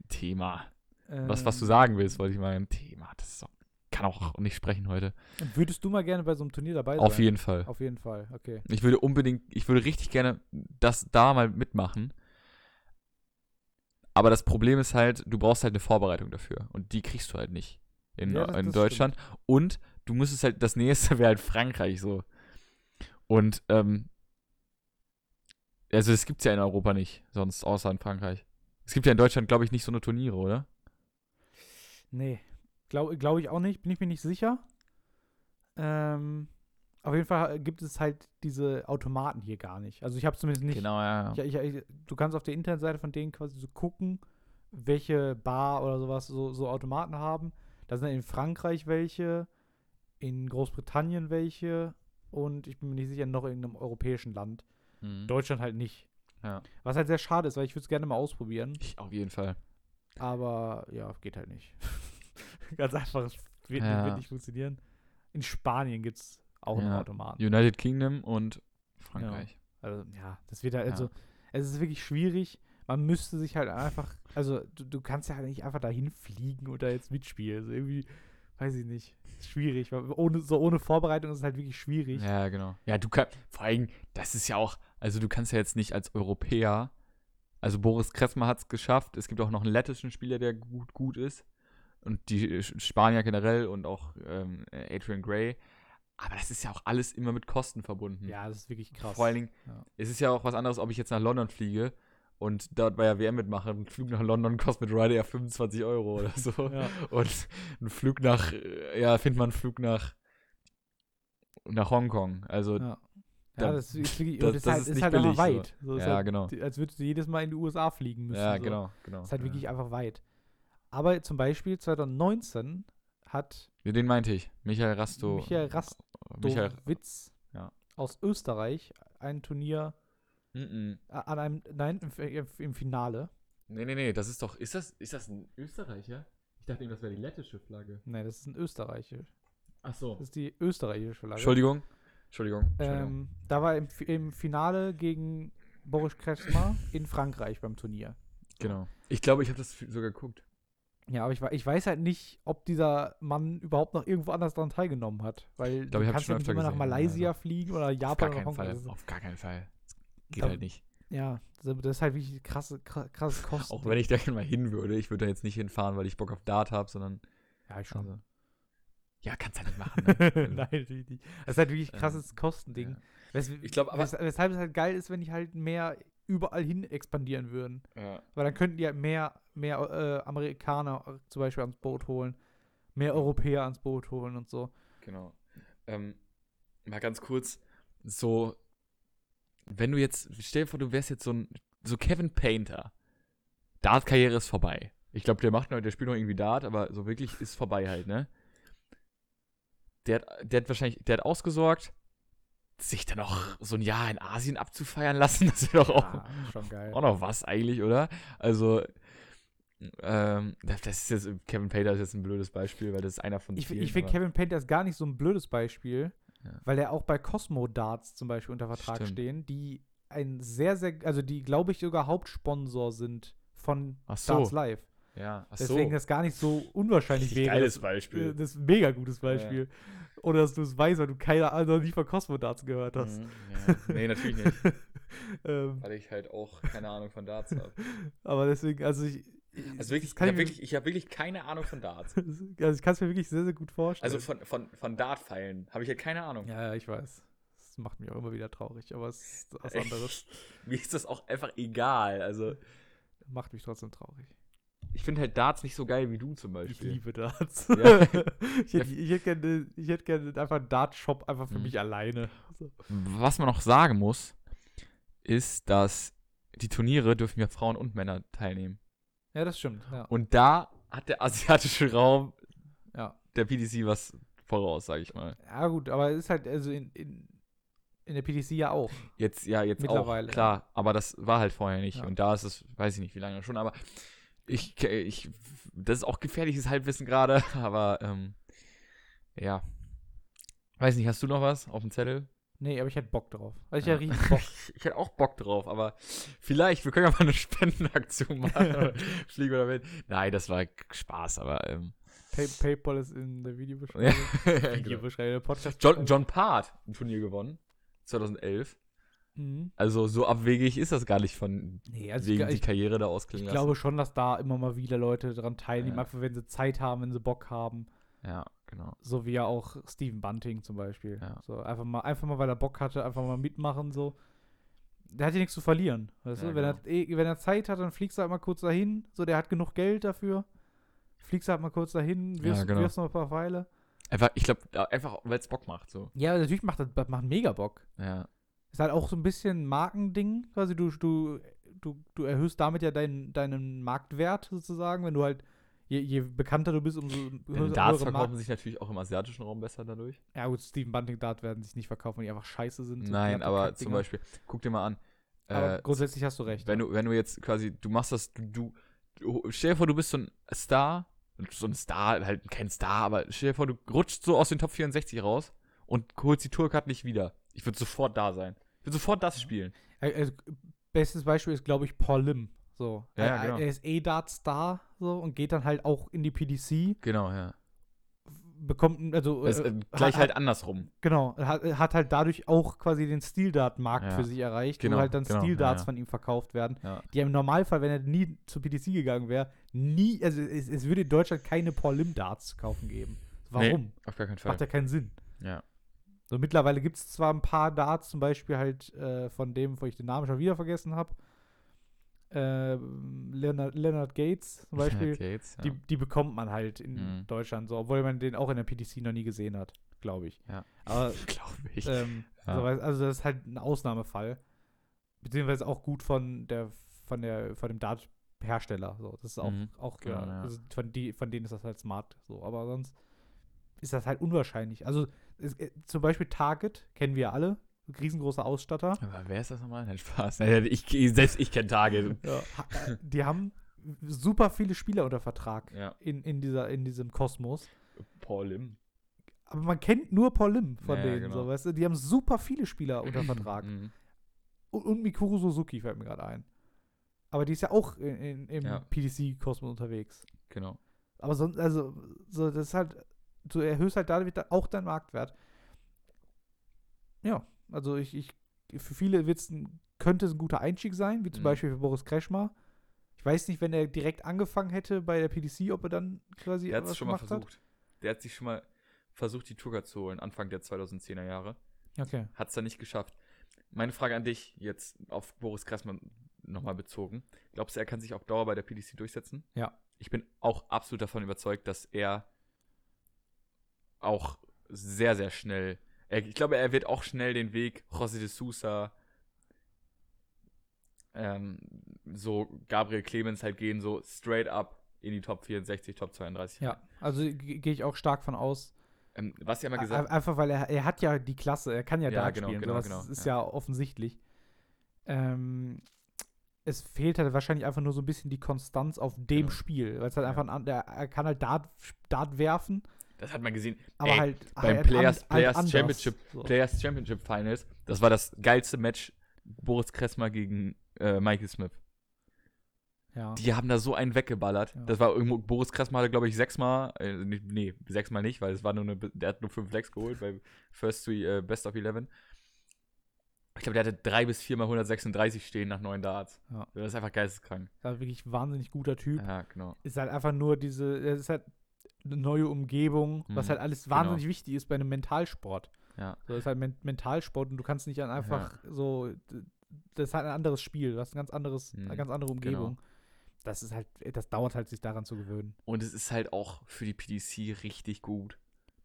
Speaker 1: Thema. Was, was du
Speaker 2: ähm,
Speaker 1: sagen willst, wollte ich mal ein Thema. Das ist doch, kann auch nicht sprechen heute.
Speaker 2: Würdest du mal gerne bei so einem Turnier dabei sein?
Speaker 1: Auf jeden Fall.
Speaker 2: Auf jeden Fall, okay.
Speaker 1: Ich würde unbedingt, ich würde richtig gerne das da mal mitmachen. Aber das Problem ist halt, du brauchst halt eine Vorbereitung dafür. Und die kriegst du halt nicht in,
Speaker 2: Ja, das-
Speaker 1: in
Speaker 2: das
Speaker 1: Deutschland. Und du müsstest halt, das nächste wäre halt Frankreich so. Und, ähm, also das gibt's ja in Europa nicht, sonst außer in Frankreich. Es gibt ja in Deutschland, glaube ich, nicht so eine Turniere, oder?
Speaker 2: Nee, glaube glaub ich auch nicht, bin ich mir nicht sicher. Ähm, auf jeden Fall gibt es halt diese Automaten hier gar nicht. Also ich habe zumindest nicht
Speaker 1: Genau, ja.
Speaker 2: Ja, ich, ich, du kannst auf der Internetseite von denen quasi so gucken, welche Bar oder sowas so, so Automaten haben. Da sind in Frankreich welche, in Großbritannien welche und ich bin mir nicht sicher, noch in irgendeinem europäischen Land.
Speaker 1: Mhm.
Speaker 2: Deutschland halt nicht.
Speaker 1: Ja.
Speaker 2: Was halt sehr schade ist, weil ich würde es gerne mal ausprobieren,
Speaker 1: Ich auf jeden Fall.
Speaker 2: aber ja, geht halt nicht. Ganz einfach, es wird,
Speaker 1: Ja.
Speaker 2: wird nicht funktionieren. In Spanien gibt es auch einen
Speaker 1: Ja.
Speaker 2: Automaten.
Speaker 1: United Kingdom und Frankreich.
Speaker 2: Also, ja, das wird halt,
Speaker 1: Ja.
Speaker 2: also, es ist wirklich schwierig. Man müsste sich halt einfach, also, du, du kannst ja halt nicht einfach dahin fliegen oder jetzt mitspielen. Also, irgendwie, weiß ich nicht. Ist schwierig. Weil ohne, so ohne Vorbereitung ist es halt wirklich schwierig.
Speaker 1: Ja, genau. Ja, du kannst, vor allem, das ist ja auch, also du kannst ja jetzt nicht als Europäer, also Boris Kressmer hat es geschafft, es gibt auch noch einen lettischen Spieler, der gut, gut ist und die äh, Spanier generell und auch ähm, Adrian Gray, aber das ist ja auch alles immer mit Kosten verbunden.
Speaker 2: Ja, das ist wirklich krass.
Speaker 1: Vor allen Dingen,
Speaker 2: Ja.
Speaker 1: es ist ja auch was anderes, ob ich jetzt nach London fliege und dort bei der WM mitmache. Ein Flug nach London kostet mit Ryder ja 25 Euro oder so.
Speaker 2: Ja.
Speaker 1: Und ein Flug nach, äh, ja, findet man einen Flug nach, nach Hongkong. Also,
Speaker 2: Ja. Ja,
Speaker 1: da-
Speaker 2: das ist wirklich,
Speaker 1: das-
Speaker 2: und das,
Speaker 1: das ist
Speaker 2: ist halt, ist
Speaker 1: nicht
Speaker 2: halt einfach
Speaker 1: billig,
Speaker 2: weit. So, ist
Speaker 1: ja,
Speaker 2: halt,
Speaker 1: genau.
Speaker 2: die- Als würdest du jedes Mal in die USA fliegen müssen.
Speaker 1: Ja,
Speaker 2: so.
Speaker 1: genau, genau.
Speaker 2: Ist halt wirklich einfach weit. Aber zum Beispiel 2019 hat
Speaker 1: Ja. Den meinte ich. Michael Rasto.
Speaker 2: Michael Rast
Speaker 1: Michael.
Speaker 2: Witz
Speaker 1: ja.
Speaker 2: aus Österreich ein Turnier
Speaker 1: Mm-mm.
Speaker 2: äh, an einem, nein, im, F- im Finale.
Speaker 1: Mm, Nee, nee, nee, das ist doch. Ist das, ist das ein Österreicher? Ich dachte eben, das wäre die lettische Flagge.
Speaker 2: Nein, das ist ein Österreicher.
Speaker 1: Ach
Speaker 2: Das
Speaker 1: so.
Speaker 2: ist die österreichische Flagge.
Speaker 1: Entschuldigung. Entschuldigung. Entschuldigung.
Speaker 2: Ähm, da war er im, Fi- im Finale gegen Boris Kretschmer in Frankreich beim Turnier.
Speaker 1: genau. Ich glaube, ich habe das sogar geguckt.
Speaker 2: Ja, aber ich, wei- ich weiß halt nicht, ob dieser Mann überhaupt noch irgendwo anders daran teilgenommen hat. Weil
Speaker 1: glaub, ich hab's
Speaker 2: du kannst
Speaker 1: schon
Speaker 2: ja nicht
Speaker 1: öfter
Speaker 2: immer nach
Speaker 1: gesehen, ja,
Speaker 2: Malaysia
Speaker 1: ja.
Speaker 2: fliegen oder
Speaker 1: Auf gar
Speaker 2: Japan oder
Speaker 1: keinen
Speaker 2: Hongkong. Das
Speaker 1: Fall.
Speaker 2: ist-
Speaker 1: Auf gar keinen Fall. Das geht
Speaker 2: Da-
Speaker 1: halt nicht.
Speaker 2: Ja, das ist halt wirklich krasse, kra- krasses Kosten.
Speaker 1: Auch wenn ich da gerne mal hin würde, ich würde da jetzt nicht hinfahren, weil ich Bock auf Dart habe, sondern.
Speaker 2: Ja, ich schon.
Speaker 1: Also, ja, kannst ja nicht machen.
Speaker 2: Nein,
Speaker 1: Ne?
Speaker 2: natürlich nicht. Das ist halt wirklich
Speaker 1: Ähm,
Speaker 2: krasses Kostending.
Speaker 1: ja.
Speaker 2: Wes
Speaker 1: Ich glaub, aber-
Speaker 2: wes weshalb es halt geil ist, wenn die halt mehr überall hin expandieren würden.
Speaker 1: ja.
Speaker 2: Weil dann könnten die halt mehr, mehr äh, Amerikaner zum Beispiel ans Boot holen, mehr Europäer ans Boot holen und so.
Speaker 1: Genau. Ähm, mal ganz kurz, so, wenn du jetzt, stell dir vor, du wärst jetzt so ein, so Kevin Painter. Dart-Karriere ist vorbei. Ich glaube, der macht noch, der spielt noch irgendwie Dart, aber so wirklich ist vorbei halt, ne? Der hat, der hat wahrscheinlich, der hat ausgesorgt, sich dann auch so ein Jahr in Asien abzufeiern lassen, das wäre doch auch,
Speaker 2: Ja, Ah, schon geil.
Speaker 1: Oh. auch noch was eigentlich, oder? Also, ähm, das das ist jetzt, Kevin Painter ist jetzt ein blödes Beispiel, weil das ist einer von
Speaker 2: Ich,
Speaker 1: vielen,
Speaker 2: ich finde
Speaker 1: aber-
Speaker 2: Kevin Painter ist gar nicht so ein blödes Beispiel,
Speaker 1: Ja.
Speaker 2: weil er auch bei Cosmo Darts zum Beispiel unter Vertrag
Speaker 1: Stimmt.
Speaker 2: stehen, die ein sehr, sehr, also die, glaube ich, sogar Hauptsponsor sind von
Speaker 1: Ach so.
Speaker 2: Darts Live.
Speaker 1: Ja, ach
Speaker 2: Deswegen das gar nicht so unwahrscheinlich
Speaker 1: Richtig
Speaker 2: wäre.
Speaker 1: geiles
Speaker 2: das, äh,
Speaker 1: Beispiel.
Speaker 2: das ist ein mega gutes Beispiel. Oder dass du es weißt, weil du keine Ahnung noch nie von Cosmo Darts gehört hast.
Speaker 1: Mhm, ja. Nee, natürlich nicht, Mhm.
Speaker 2: ähm,
Speaker 1: weil ich halt auch keine Ahnung von Darts habe.
Speaker 2: aber deswegen, also ich.
Speaker 1: Also wirklich,
Speaker 2: das
Speaker 1: ich
Speaker 2: kann
Speaker 1: habe
Speaker 2: ich, mir-
Speaker 1: wirklich, ich hab wirklich keine Ahnung von Darts.
Speaker 2: Also ich kann es mir wirklich sehr, sehr gut vorstellen.
Speaker 1: Also von, von, von Dartpfeilen habe ich halt keine Ahnung.
Speaker 2: ja, ja, ich weiß. Das macht mich auch immer wieder traurig, aber es ist was anderes.
Speaker 1: Mir ist das auch einfach egal. Also
Speaker 2: macht mich trotzdem traurig.
Speaker 1: ich finde halt Darts nicht so geil wie du zum
Speaker 2: Ich
Speaker 1: Beispiel.
Speaker 2: liebe Darts.
Speaker 1: Ja.
Speaker 2: ich hätte ich hätt gerne ich hätt gerne einfach einen Dart-Shop einfach für
Speaker 1: Mhm.
Speaker 2: mich alleine. So.
Speaker 1: Was man noch sagen muss, ist, dass die Turniere dürfen ja Frauen und Männer teilnehmen.
Speaker 2: Ja, das stimmt. Ja.
Speaker 1: Und da hat der asiatische Raum
Speaker 2: Ja.
Speaker 1: der PDC was voraus, sage ich mal.
Speaker 2: ja, gut, aber es ist halt also in, in, in der PDC ja auch.
Speaker 1: Jetzt, ja, jetzt
Speaker 2: Mittlerweile,
Speaker 1: auch, klar. Aber das war halt vorher nicht.
Speaker 2: Ja.
Speaker 1: Und da ist es, weiß ich nicht, wie lange schon, aber ich, ich, das ist auch gefährliches Halbwissen gerade, aber, ähm, ja. Weiß nicht, hast du noch was auf dem Zettel?
Speaker 2: Nee, aber ich hätte Bock drauf. Also ich
Speaker 1: Ja.
Speaker 2: hätte richtig Bock.
Speaker 1: Ich hätte auch Bock drauf, aber vielleicht, wir können ja mal eine Spendenaktion machen. Fliegen wir damit. Nein, das war Spaß, aber, ähm,
Speaker 2: Pay Paypal ist in der Videobeschreibung.
Speaker 1: ja. genau.
Speaker 2: Videobeschreibung, der Podcast.
Speaker 1: John, John Part hat ein Turnier gewonnen, 2011.
Speaker 2: Mhm.
Speaker 1: Also, so abwegig ist das gar nicht von
Speaker 2: Nee, also ich,
Speaker 1: wegen die
Speaker 2: ich,
Speaker 1: Karriere da ausklingen
Speaker 2: ich
Speaker 1: lassen.
Speaker 2: glaube schon, dass da immer mal wieder Leute dran teilnehmen,
Speaker 1: Ja.
Speaker 2: einfach wenn sie Zeit haben, wenn sie Bock haben.
Speaker 1: Ja, genau.
Speaker 2: So wie ja auch Steven Bunting zum Beispiel.
Speaker 1: Ja.
Speaker 2: So, einfach, mal, einfach mal, weil er Bock hatte, einfach mal mitmachen. So. Der hat ja nichts zu verlieren. Weißt
Speaker 1: Ja, genau.
Speaker 2: du? wenn, er, eh- wenn er Zeit hat, dann fliegst du halt mal kurz dahin. So, der hat genug Geld dafür. Fliegst du halt mal kurz dahin, wirfst,
Speaker 1: genau.
Speaker 2: wirfst noch ein paar Pfeile.
Speaker 1: Einfach, ich glaube, einfach, weil es Bock macht, so.
Speaker 2: Ja, natürlich macht das das macht mega Bock.
Speaker 1: Ja.
Speaker 2: Ist halt auch so ein bisschen Markending, quasi du, du, du, du erhöhst damit ja deinen, deinen Marktwert sozusagen, wenn du halt, je, je bekannter du bist, umso
Speaker 1: Denn
Speaker 2: höher-
Speaker 1: Darts verkaufen
Speaker 2: höhere Markt.
Speaker 1: sich natürlich auch im asiatischen Raum besser dadurch.
Speaker 2: Ja gut, Steven Bunting Dart werden sich nicht verkaufen, weil die einfach scheiße sind. so
Speaker 1: Nein,
Speaker 2: knappe
Speaker 1: aber
Speaker 2: Kackdinger.
Speaker 1: zum Beispiel, guck dir mal an.
Speaker 2: Aber
Speaker 1: Äh,
Speaker 2: grundsätzlich hast du recht.
Speaker 1: wenn, du, wenn du jetzt quasi, du machst das, du, du, du- stell dir vor, du bist so ein Star, so ein Star, halt kein Star, aber stell dir vor, du rutschst so aus den Top 64 raus und holst die Tourcard nicht wieder. Ich würde sofort da sein. Ich würde sofort das spielen.
Speaker 2: Äh, Also, bestes Beispiel ist, glaube ich, Paul Lim. So.
Speaker 1: Ja,
Speaker 2: er,
Speaker 1: ja, genau.
Speaker 2: er ist eh Dart-Star so, und geht dann halt auch in die PDC,
Speaker 1: Genau, ja.
Speaker 2: bekommt, also
Speaker 1: Es,
Speaker 2: äh,
Speaker 1: äh, gleich
Speaker 2: ha-
Speaker 1: halt andersrum.
Speaker 2: Genau, er hat, er hat halt dadurch auch quasi den Steel-Dart-Markt
Speaker 1: Ja,
Speaker 2: für sich erreicht,
Speaker 1: genau,
Speaker 2: wo halt dann
Speaker 1: genau,
Speaker 2: Steel-Darts
Speaker 1: ja, ja.
Speaker 2: von ihm verkauft werden,
Speaker 1: Ja.
Speaker 2: die im Normalfall, wenn er nie zur PDC gegangen wäre, nie, also es, es würde in Deutschland keine Paul-Lim-Darts zu kaufen geben. Warum?
Speaker 1: Nee, auf gar keinen Fall.
Speaker 2: Macht ja keinen Sinn.
Speaker 1: Ja.
Speaker 2: So, mittlerweile gibt es zwar ein paar Darts, zum Beispiel halt äh, von dem, wo ich den Namen schon wieder vergessen habe, äh, Leonard, Leonard Gates zum Beispiel,
Speaker 1: Gates, ja.
Speaker 2: die, die bekommt man halt in
Speaker 1: Mhm.
Speaker 2: Deutschland, so, obwohl man den auch in der PDC noch nie gesehen hat, glaube ich.
Speaker 1: Ja.
Speaker 2: Aber
Speaker 1: glaube ich.
Speaker 2: ähm,
Speaker 1: Ja.
Speaker 2: so, weil- also das ist halt ein Ausnahmefall. Beziehungsweise auch gut von der von der von dem Dart-Hersteller. So, das ist auch,
Speaker 1: Mhm,
Speaker 2: auch
Speaker 1: genau,
Speaker 2: äh,
Speaker 1: ja.
Speaker 2: also von, die, von denen ist das halt smart. So, aber sonst ist das halt unwahrscheinlich. Also es, äh, zum Beispiel Target kennen wir alle, riesengroßer Ausstatter.
Speaker 1: Aber wer ist das nochmal? Nein, Spaß. Nein, ich, ich- selbst ich kenne Target.
Speaker 2: Ha- äh, die haben super viele Spieler unter Vertrag
Speaker 1: Ja.
Speaker 2: in, in dieser in diesem Kosmos.
Speaker 1: Paul Lim.
Speaker 2: Aber man kennt nur Paul Lim von
Speaker 1: Ja,
Speaker 2: denen.
Speaker 1: genau.
Speaker 2: So, weißt du? Die haben super viele Spieler unter Vertrag.
Speaker 1: Mhm.
Speaker 2: Und, und Mikuru Suzuki fällt mir gerade ein. Aber die ist ja auch in, in, im
Speaker 1: Ja.
Speaker 2: PDC-Kosmos unterwegs.
Speaker 1: Genau.
Speaker 2: Aber sonst, also, so, das ist halt, du erhöhst halt dadurch da- auch deinen Marktwert. Ja, also ich, ich für viele wird es ein könnte es ein guter Einstieg sein, wie zum
Speaker 1: Mhm.
Speaker 2: Beispiel für Boris Kreschmar. Ich weiß nicht, wenn er direkt angefangen hätte bei der PDC, ob er dann quasi
Speaker 1: Der hat es
Speaker 2: was
Speaker 1: schon mal
Speaker 2: gemacht hat.
Speaker 1: versucht. Der hat sich schon mal versucht, die Tuga zu holen, Anfang der 2010er Jahre.
Speaker 2: Okay.
Speaker 1: Hat es dann nicht geschafft. Meine Frage an dich jetzt auf Boris Kressmann nochmal bezogen. Glaubst du, er kann sich auf Dauer bei der PDC durchsetzen?
Speaker 2: Ja.
Speaker 1: Ich bin auch absolut davon überzeugt, dass er auch sehr, sehr schnell. Er, ich glaube, er wird auch schnell den Weg José de Sousa, ähm, so Gabriel Clemens halt gehen, so straight up in die Top 64, Top 32.
Speaker 2: Ja, also ge- gehe ich auch stark von aus.
Speaker 1: Ähm, was ja mal
Speaker 2: Ein-
Speaker 1: gesagt
Speaker 2: Einfach weil er, er hat ja die Klasse, er kann ja,
Speaker 1: Ja,
Speaker 2: Dart
Speaker 1: genau,
Speaker 2: spielen.
Speaker 1: genau,
Speaker 2: das
Speaker 1: genau,
Speaker 2: ist ja, offensichtlich. Ähm, es fehlt halt wahrscheinlich einfach nur so ein bisschen die Konstanz auf dem
Speaker 1: Genau.
Speaker 2: Spiel. Weil es halt
Speaker 1: Ja.
Speaker 2: einfach ein, an- der, er kann halt Dart, Dart werfen,
Speaker 1: das hat man gesehen.
Speaker 2: aber
Speaker 1: Ey,
Speaker 2: halt
Speaker 1: beim
Speaker 2: halt an-
Speaker 1: Players-
Speaker 2: halt
Speaker 1: Players
Speaker 2: anders.
Speaker 1: Championship
Speaker 2: So.
Speaker 1: Players Championship Finals, das war das geilste Match Boris Kressmer gegen äh, Michael Smith.
Speaker 2: ja.
Speaker 1: Die haben da so einen weggeballert.
Speaker 2: Ja.
Speaker 1: Das war irgendwo, Boris Kressmer hatte, glaube ich, sechsmal, äh, nee, nee, sechsmal nicht, weil es war nur eine, der hat nur fünf Lecks geholt bei First Three äh, Best of Eleven. Ich glaube, der hatte drei bis viermal 136 stehen nach neun Darts.
Speaker 2: Ja.
Speaker 1: Das ist einfach geisteskrank.
Speaker 2: Das war wirklich ein wahnsinnig guter Typ.
Speaker 1: Ja, genau.
Speaker 2: Ist halt einfach nur diese, es ist halt eine neue Umgebung, was
Speaker 1: Mhm,
Speaker 2: halt alles wahnsinnig wichtig ist bei einem Mentalsport.
Speaker 1: Ja.
Speaker 2: So ist halt Men Mentalsport und du kannst nicht dann einfach so, d- das ist halt ein anderes Spiel, du hast ein ganz anderes, eine
Speaker 1: Mhm,
Speaker 2: ganz andere Umgebung. Das ist halt, das dauert halt, sich daran zu gewöhnen.
Speaker 1: Und es ist halt auch für die PDC richtig gut,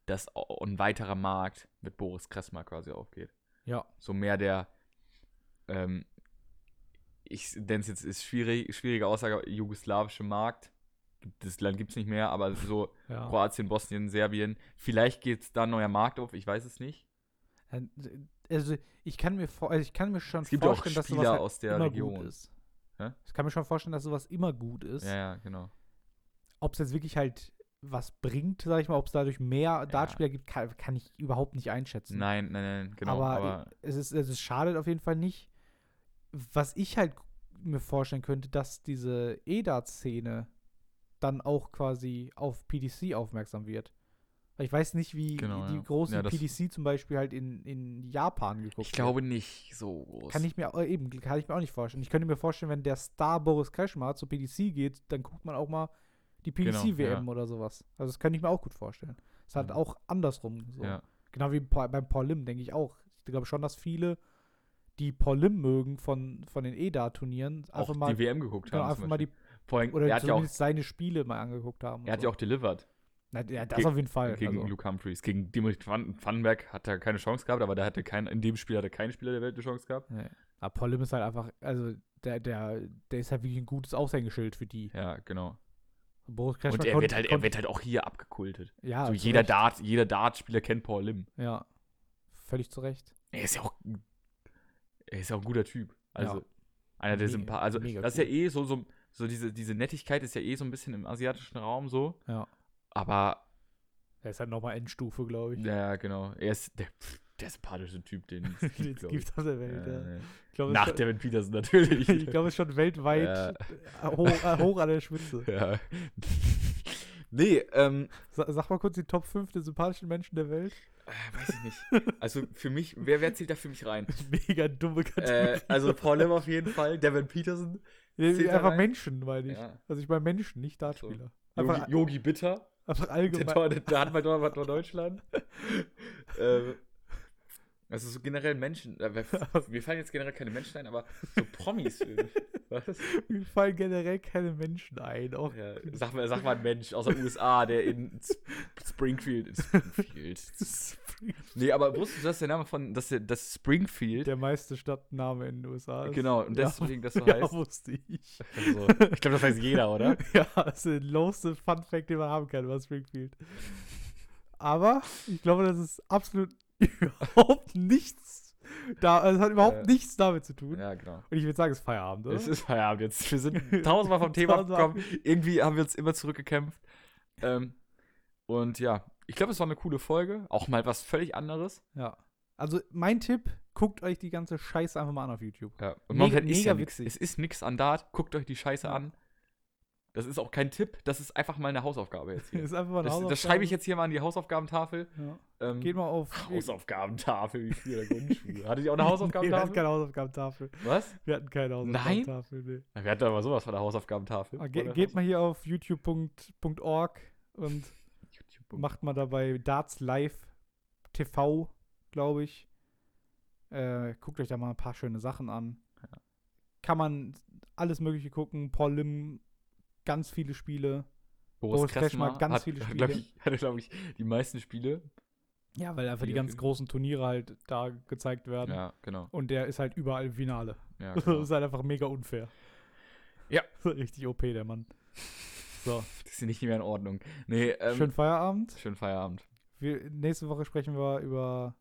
Speaker 1: dass au- ein weiterer Markt mit Boris Kressmer quasi aufgeht.
Speaker 2: Ja.
Speaker 1: so mehr der, ähm, ich nenne es jetzt, ist schwierig, schwierige Aussage, jugoslawische Markt. Das Land gibt es nicht mehr, aber so
Speaker 2: ja.
Speaker 1: Kroatien, Bosnien, Serbien. Vielleicht geht da ein neuer Markt auf, ich weiß es nicht.
Speaker 2: Also ich kann mir vor, also ich kann mir schon
Speaker 1: Es gibt ja auch
Speaker 2: vorstellen, dass sowas
Speaker 1: Spieler
Speaker 2: halt
Speaker 1: aus der
Speaker 2: immer gut
Speaker 1: Region.
Speaker 2: ist.
Speaker 1: Hä?
Speaker 2: Ich kann mir schon vorstellen, dass sowas immer gut ist.
Speaker 1: Ja, ja, genau.
Speaker 2: ob es jetzt wirklich halt was bringt, sag ich mal, ob es dadurch mehr Dartspieler gibt, kann, kann ich überhaupt nicht einschätzen.
Speaker 1: Nein, nein, nein, genau.
Speaker 2: aber,
Speaker 1: Aber,
Speaker 2: es, ist, es ist schadet auf jeden Fall nicht. Was ich halt mir vorstellen könnte, dass diese E-Dart-Szene dann auch quasi auf PDC aufmerksam wird. Weil ich weiß nicht, wie
Speaker 1: Genau,
Speaker 2: die
Speaker 1: ja.
Speaker 2: große
Speaker 1: Ja, das-
Speaker 2: PDC zum Beispiel halt in, in Japan geguckt
Speaker 1: ich glaube nicht so groß.
Speaker 2: wird. Kann ich mir äh, eben, kann ich mir auch nicht vorstellen. Ich könnte mir vorstellen, wenn der Star Boris Kreschmar zur PDC geht, dann guckt man auch mal die
Speaker 1: Genau,
Speaker 2: PDC-WM oder sowas. Also das könnte ich mir auch gut vorstellen. Es hat
Speaker 1: Mhm.
Speaker 2: auch andersrum so.
Speaker 1: ja.
Speaker 2: Genau wie Pa- beim Paul Lim, denke ich auch. Ich glaube schon, dass viele, die Paul Lim mögen von, von den EDA-Turnieren,
Speaker 1: auch
Speaker 2: einfach mal,
Speaker 1: die WM geguckt
Speaker 2: genau,
Speaker 1: haben.
Speaker 2: einfach
Speaker 1: zum
Speaker 2: mal die
Speaker 1: Beispiel. Vor allem,
Speaker 2: oder
Speaker 1: er hat ja auch,
Speaker 2: zumindest seine Spiele mal angeguckt haben. und
Speaker 1: er hat
Speaker 2: so.
Speaker 1: ja auch delivered.
Speaker 2: Na, ja, das
Speaker 1: gegen-
Speaker 2: auf jeden Fall.
Speaker 1: gegen
Speaker 2: also,
Speaker 1: Luke Humphreys. Gegen Dimitri Van- Vandenberg hat er keine Chance gehabt, aber da hatte kein, in dem Spiel hatte kein Spieler der Welt eine Chance gehabt.
Speaker 2: nee. Aber Paul Lim ist halt einfach, also der, der, der ist halt wirklich ein gutes Aushängeschild für die.
Speaker 1: Ja, genau.
Speaker 2: Boris
Speaker 1: Und
Speaker 2: Kreschmann
Speaker 1: er
Speaker 2: konnt-
Speaker 1: wird, halt, er
Speaker 2: konnt-
Speaker 1: wird halt auch hier abgekultet.
Speaker 2: ja, also
Speaker 1: so
Speaker 2: zu
Speaker 1: jeder,
Speaker 2: Recht.
Speaker 1: Dart, jeder Dartspieler kennt Paul Lim.
Speaker 2: Ja, völlig zu Recht.
Speaker 1: Er ist ja auch, er ist ja auch ein guter Typ. Also
Speaker 2: Ja.
Speaker 1: einer der
Speaker 2: Mega-
Speaker 1: Sympath. Also
Speaker 2: mega
Speaker 1: das ist ja eh so, so, so diese, diese Nettigkeit ist ja eh so ein bisschen im asiatischen Raum so.
Speaker 2: Ja.
Speaker 1: Aber,
Speaker 2: Er ist halt nochmal Endstufe, glaube ich.
Speaker 1: ja, genau. Er ist der, der sympathische Typ, den es gibt,
Speaker 2: Jetzt
Speaker 1: glaub
Speaker 2: gibt es auf der
Speaker 1: ich.
Speaker 2: Welt. Ja.
Speaker 1: Ja, ja.
Speaker 2: Ich glaube, es
Speaker 1: Nach
Speaker 2: ist-
Speaker 1: Devin Peterson natürlich.
Speaker 2: ich glaube, es ist schon weltweit
Speaker 1: Ja.
Speaker 2: äh, hoch, äh, hoch an der Spitze.
Speaker 1: Ja. nee, ähm,
Speaker 2: Sa sag mal kurz die Top 5 der sympathischen Menschen der Welt.
Speaker 1: äh, weiß ich nicht. Also für mich, wer, wer zählt da für mich rein?
Speaker 2: Mega dumme Kategorie.
Speaker 1: Äh, also Paul Lim auf jeden Fall, Devin Peterson,
Speaker 2: Nee,
Speaker 1: zählt da
Speaker 2: einfach
Speaker 1: rein?
Speaker 2: Menschen, meine ich.
Speaker 1: ja.
Speaker 2: Also ich meine Menschen, nicht
Speaker 1: so.
Speaker 2: Dartspieler. Einfach,
Speaker 1: Yogi, Yogi Bitter,
Speaker 2: einfach
Speaker 1: der,
Speaker 2: allgemein.
Speaker 1: Tor, der, der Handball-Torwart von Deutschland. ähm, also so generell Menschen, äh, wir, wir fallen jetzt generell keine Menschen ein, aber so Promis irgendwie. Was?
Speaker 2: Mir fallen generell keine Menschen ein. Oh, Auch
Speaker 1: Ja, sag, mal, sag mal ein Mensch aus den USA, der in Sp- Springfield, Springfield. Nee, aber wusstest du, dass der Name von, dass, der, dass Springfield
Speaker 2: der meiste Stadtname in den USA ist.
Speaker 1: Genau, und
Speaker 2: Ja.
Speaker 1: deswegen das so
Speaker 2: ja,
Speaker 1: heißt.
Speaker 2: wusste ich.
Speaker 1: Also, ich glaube, das weiß jeder, oder?
Speaker 2: ja, das ist der loweste Fun Fact, den man haben kann über Springfield. Aber ich glaube, das ist absolut überhaupt nichts. Da, also es hat überhaupt
Speaker 1: Äh,
Speaker 2: nichts damit zu tun.
Speaker 1: Ja, genau.
Speaker 2: Und ich würde sagen, es ist Feierabend, oder?
Speaker 1: Es ist Feierabend jetzt. Wir sind tausendmal vom Thema
Speaker 2: Tausendmal.
Speaker 1: abgekommen. Irgendwie haben wir uns immer zurückgekämpft. Ähm, und ja, ich glaube, es war eine coole Folge. Auch mal was völlig anderes.
Speaker 2: Ja. Also mein Tipp, guckt euch die ganze Scheiße einfach mal an auf YouTube.
Speaker 1: Ja. Und
Speaker 2: Mega-
Speaker 1: momentan ist ja
Speaker 2: mega
Speaker 1: nix.
Speaker 2: witzig.
Speaker 1: Es ist nix an Dart. Guckt euch die Scheiße
Speaker 2: Ja.
Speaker 1: an. Das ist auch kein Tipp, das ist einfach mal eine Hausaufgabe jetzt hier.
Speaker 2: Ist einfach mal eine
Speaker 1: Das, das schreibe ich jetzt hier mal an die Hausaufgabentafel.
Speaker 2: Ja.
Speaker 1: Ähm,
Speaker 2: Geht mal auf.
Speaker 1: Hausaufgabentafel, wie früher in der Grundschule. Hattet ihr auch eine
Speaker 2: Wir hatten
Speaker 1: Hausaufgabentafel?
Speaker 2: keine Hausaufgabentafel.
Speaker 1: Was?
Speaker 2: Wir hatten keine
Speaker 1: Nein?
Speaker 2: Hausaufgabentafel. Nee.
Speaker 1: Na, Wir hatten aber sowas von der Hausaufgabentafel.
Speaker 2: Aber Ah, Ge geht mal hier auf youtube.org und
Speaker 1: YouTube.
Speaker 2: macht mal dabei Darts Live TV, glaube ich. Äh, guckt euch da mal ein paar schöne Sachen an. Kann man alles Mögliche gucken. Paul Lim, ganz viele Spiele.
Speaker 1: Boris
Speaker 2: Boris Kretschmer
Speaker 1: Kretschmer
Speaker 2: hat ganz
Speaker 1: hat,
Speaker 2: viele
Speaker 1: hat,
Speaker 2: Spiele.
Speaker 1: glaub ich, hatte, glaube ich, die meisten Spiele.
Speaker 2: Ja, weil einfach die
Speaker 1: Viele
Speaker 2: ganz
Speaker 1: Spiele.
Speaker 2: großen Turniere halt da gezeigt werden.
Speaker 1: Ja, genau.
Speaker 2: Und der ist halt überall im Finale.
Speaker 1: Ja,
Speaker 2: Das
Speaker 1: genau.
Speaker 2: ist halt einfach mega unfair.
Speaker 1: Ja.
Speaker 2: Richtig OP, der Mann. So,
Speaker 1: Das ist hier nicht mehr in Ordnung. Nee, ähm,
Speaker 2: schönen Feierabend.
Speaker 1: schönen Feierabend.
Speaker 2: Wir, nächste Woche sprechen wir über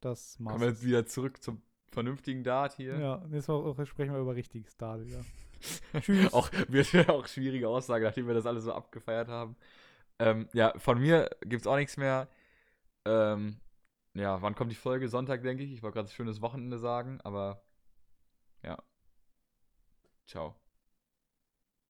Speaker 2: das
Speaker 1: Kommen wir
Speaker 2: Masters.
Speaker 1: jetzt wieder zurück zum vernünftigen Dart hier.
Speaker 2: Ja, nächste Woche sprechen wir über richtiges Dart wieder.
Speaker 1: Tschüss. auch, wird ja auch schwierige Aussage, nachdem wir das alles so abgefeiert haben. Ähm, ja, von mir gibt's auch nichts mehr. Ähm, ja, wann kommt die Folge? Sonntag, denke ich. Ich wollte gerade schönes Wochenende sagen, aber ja. Ciao.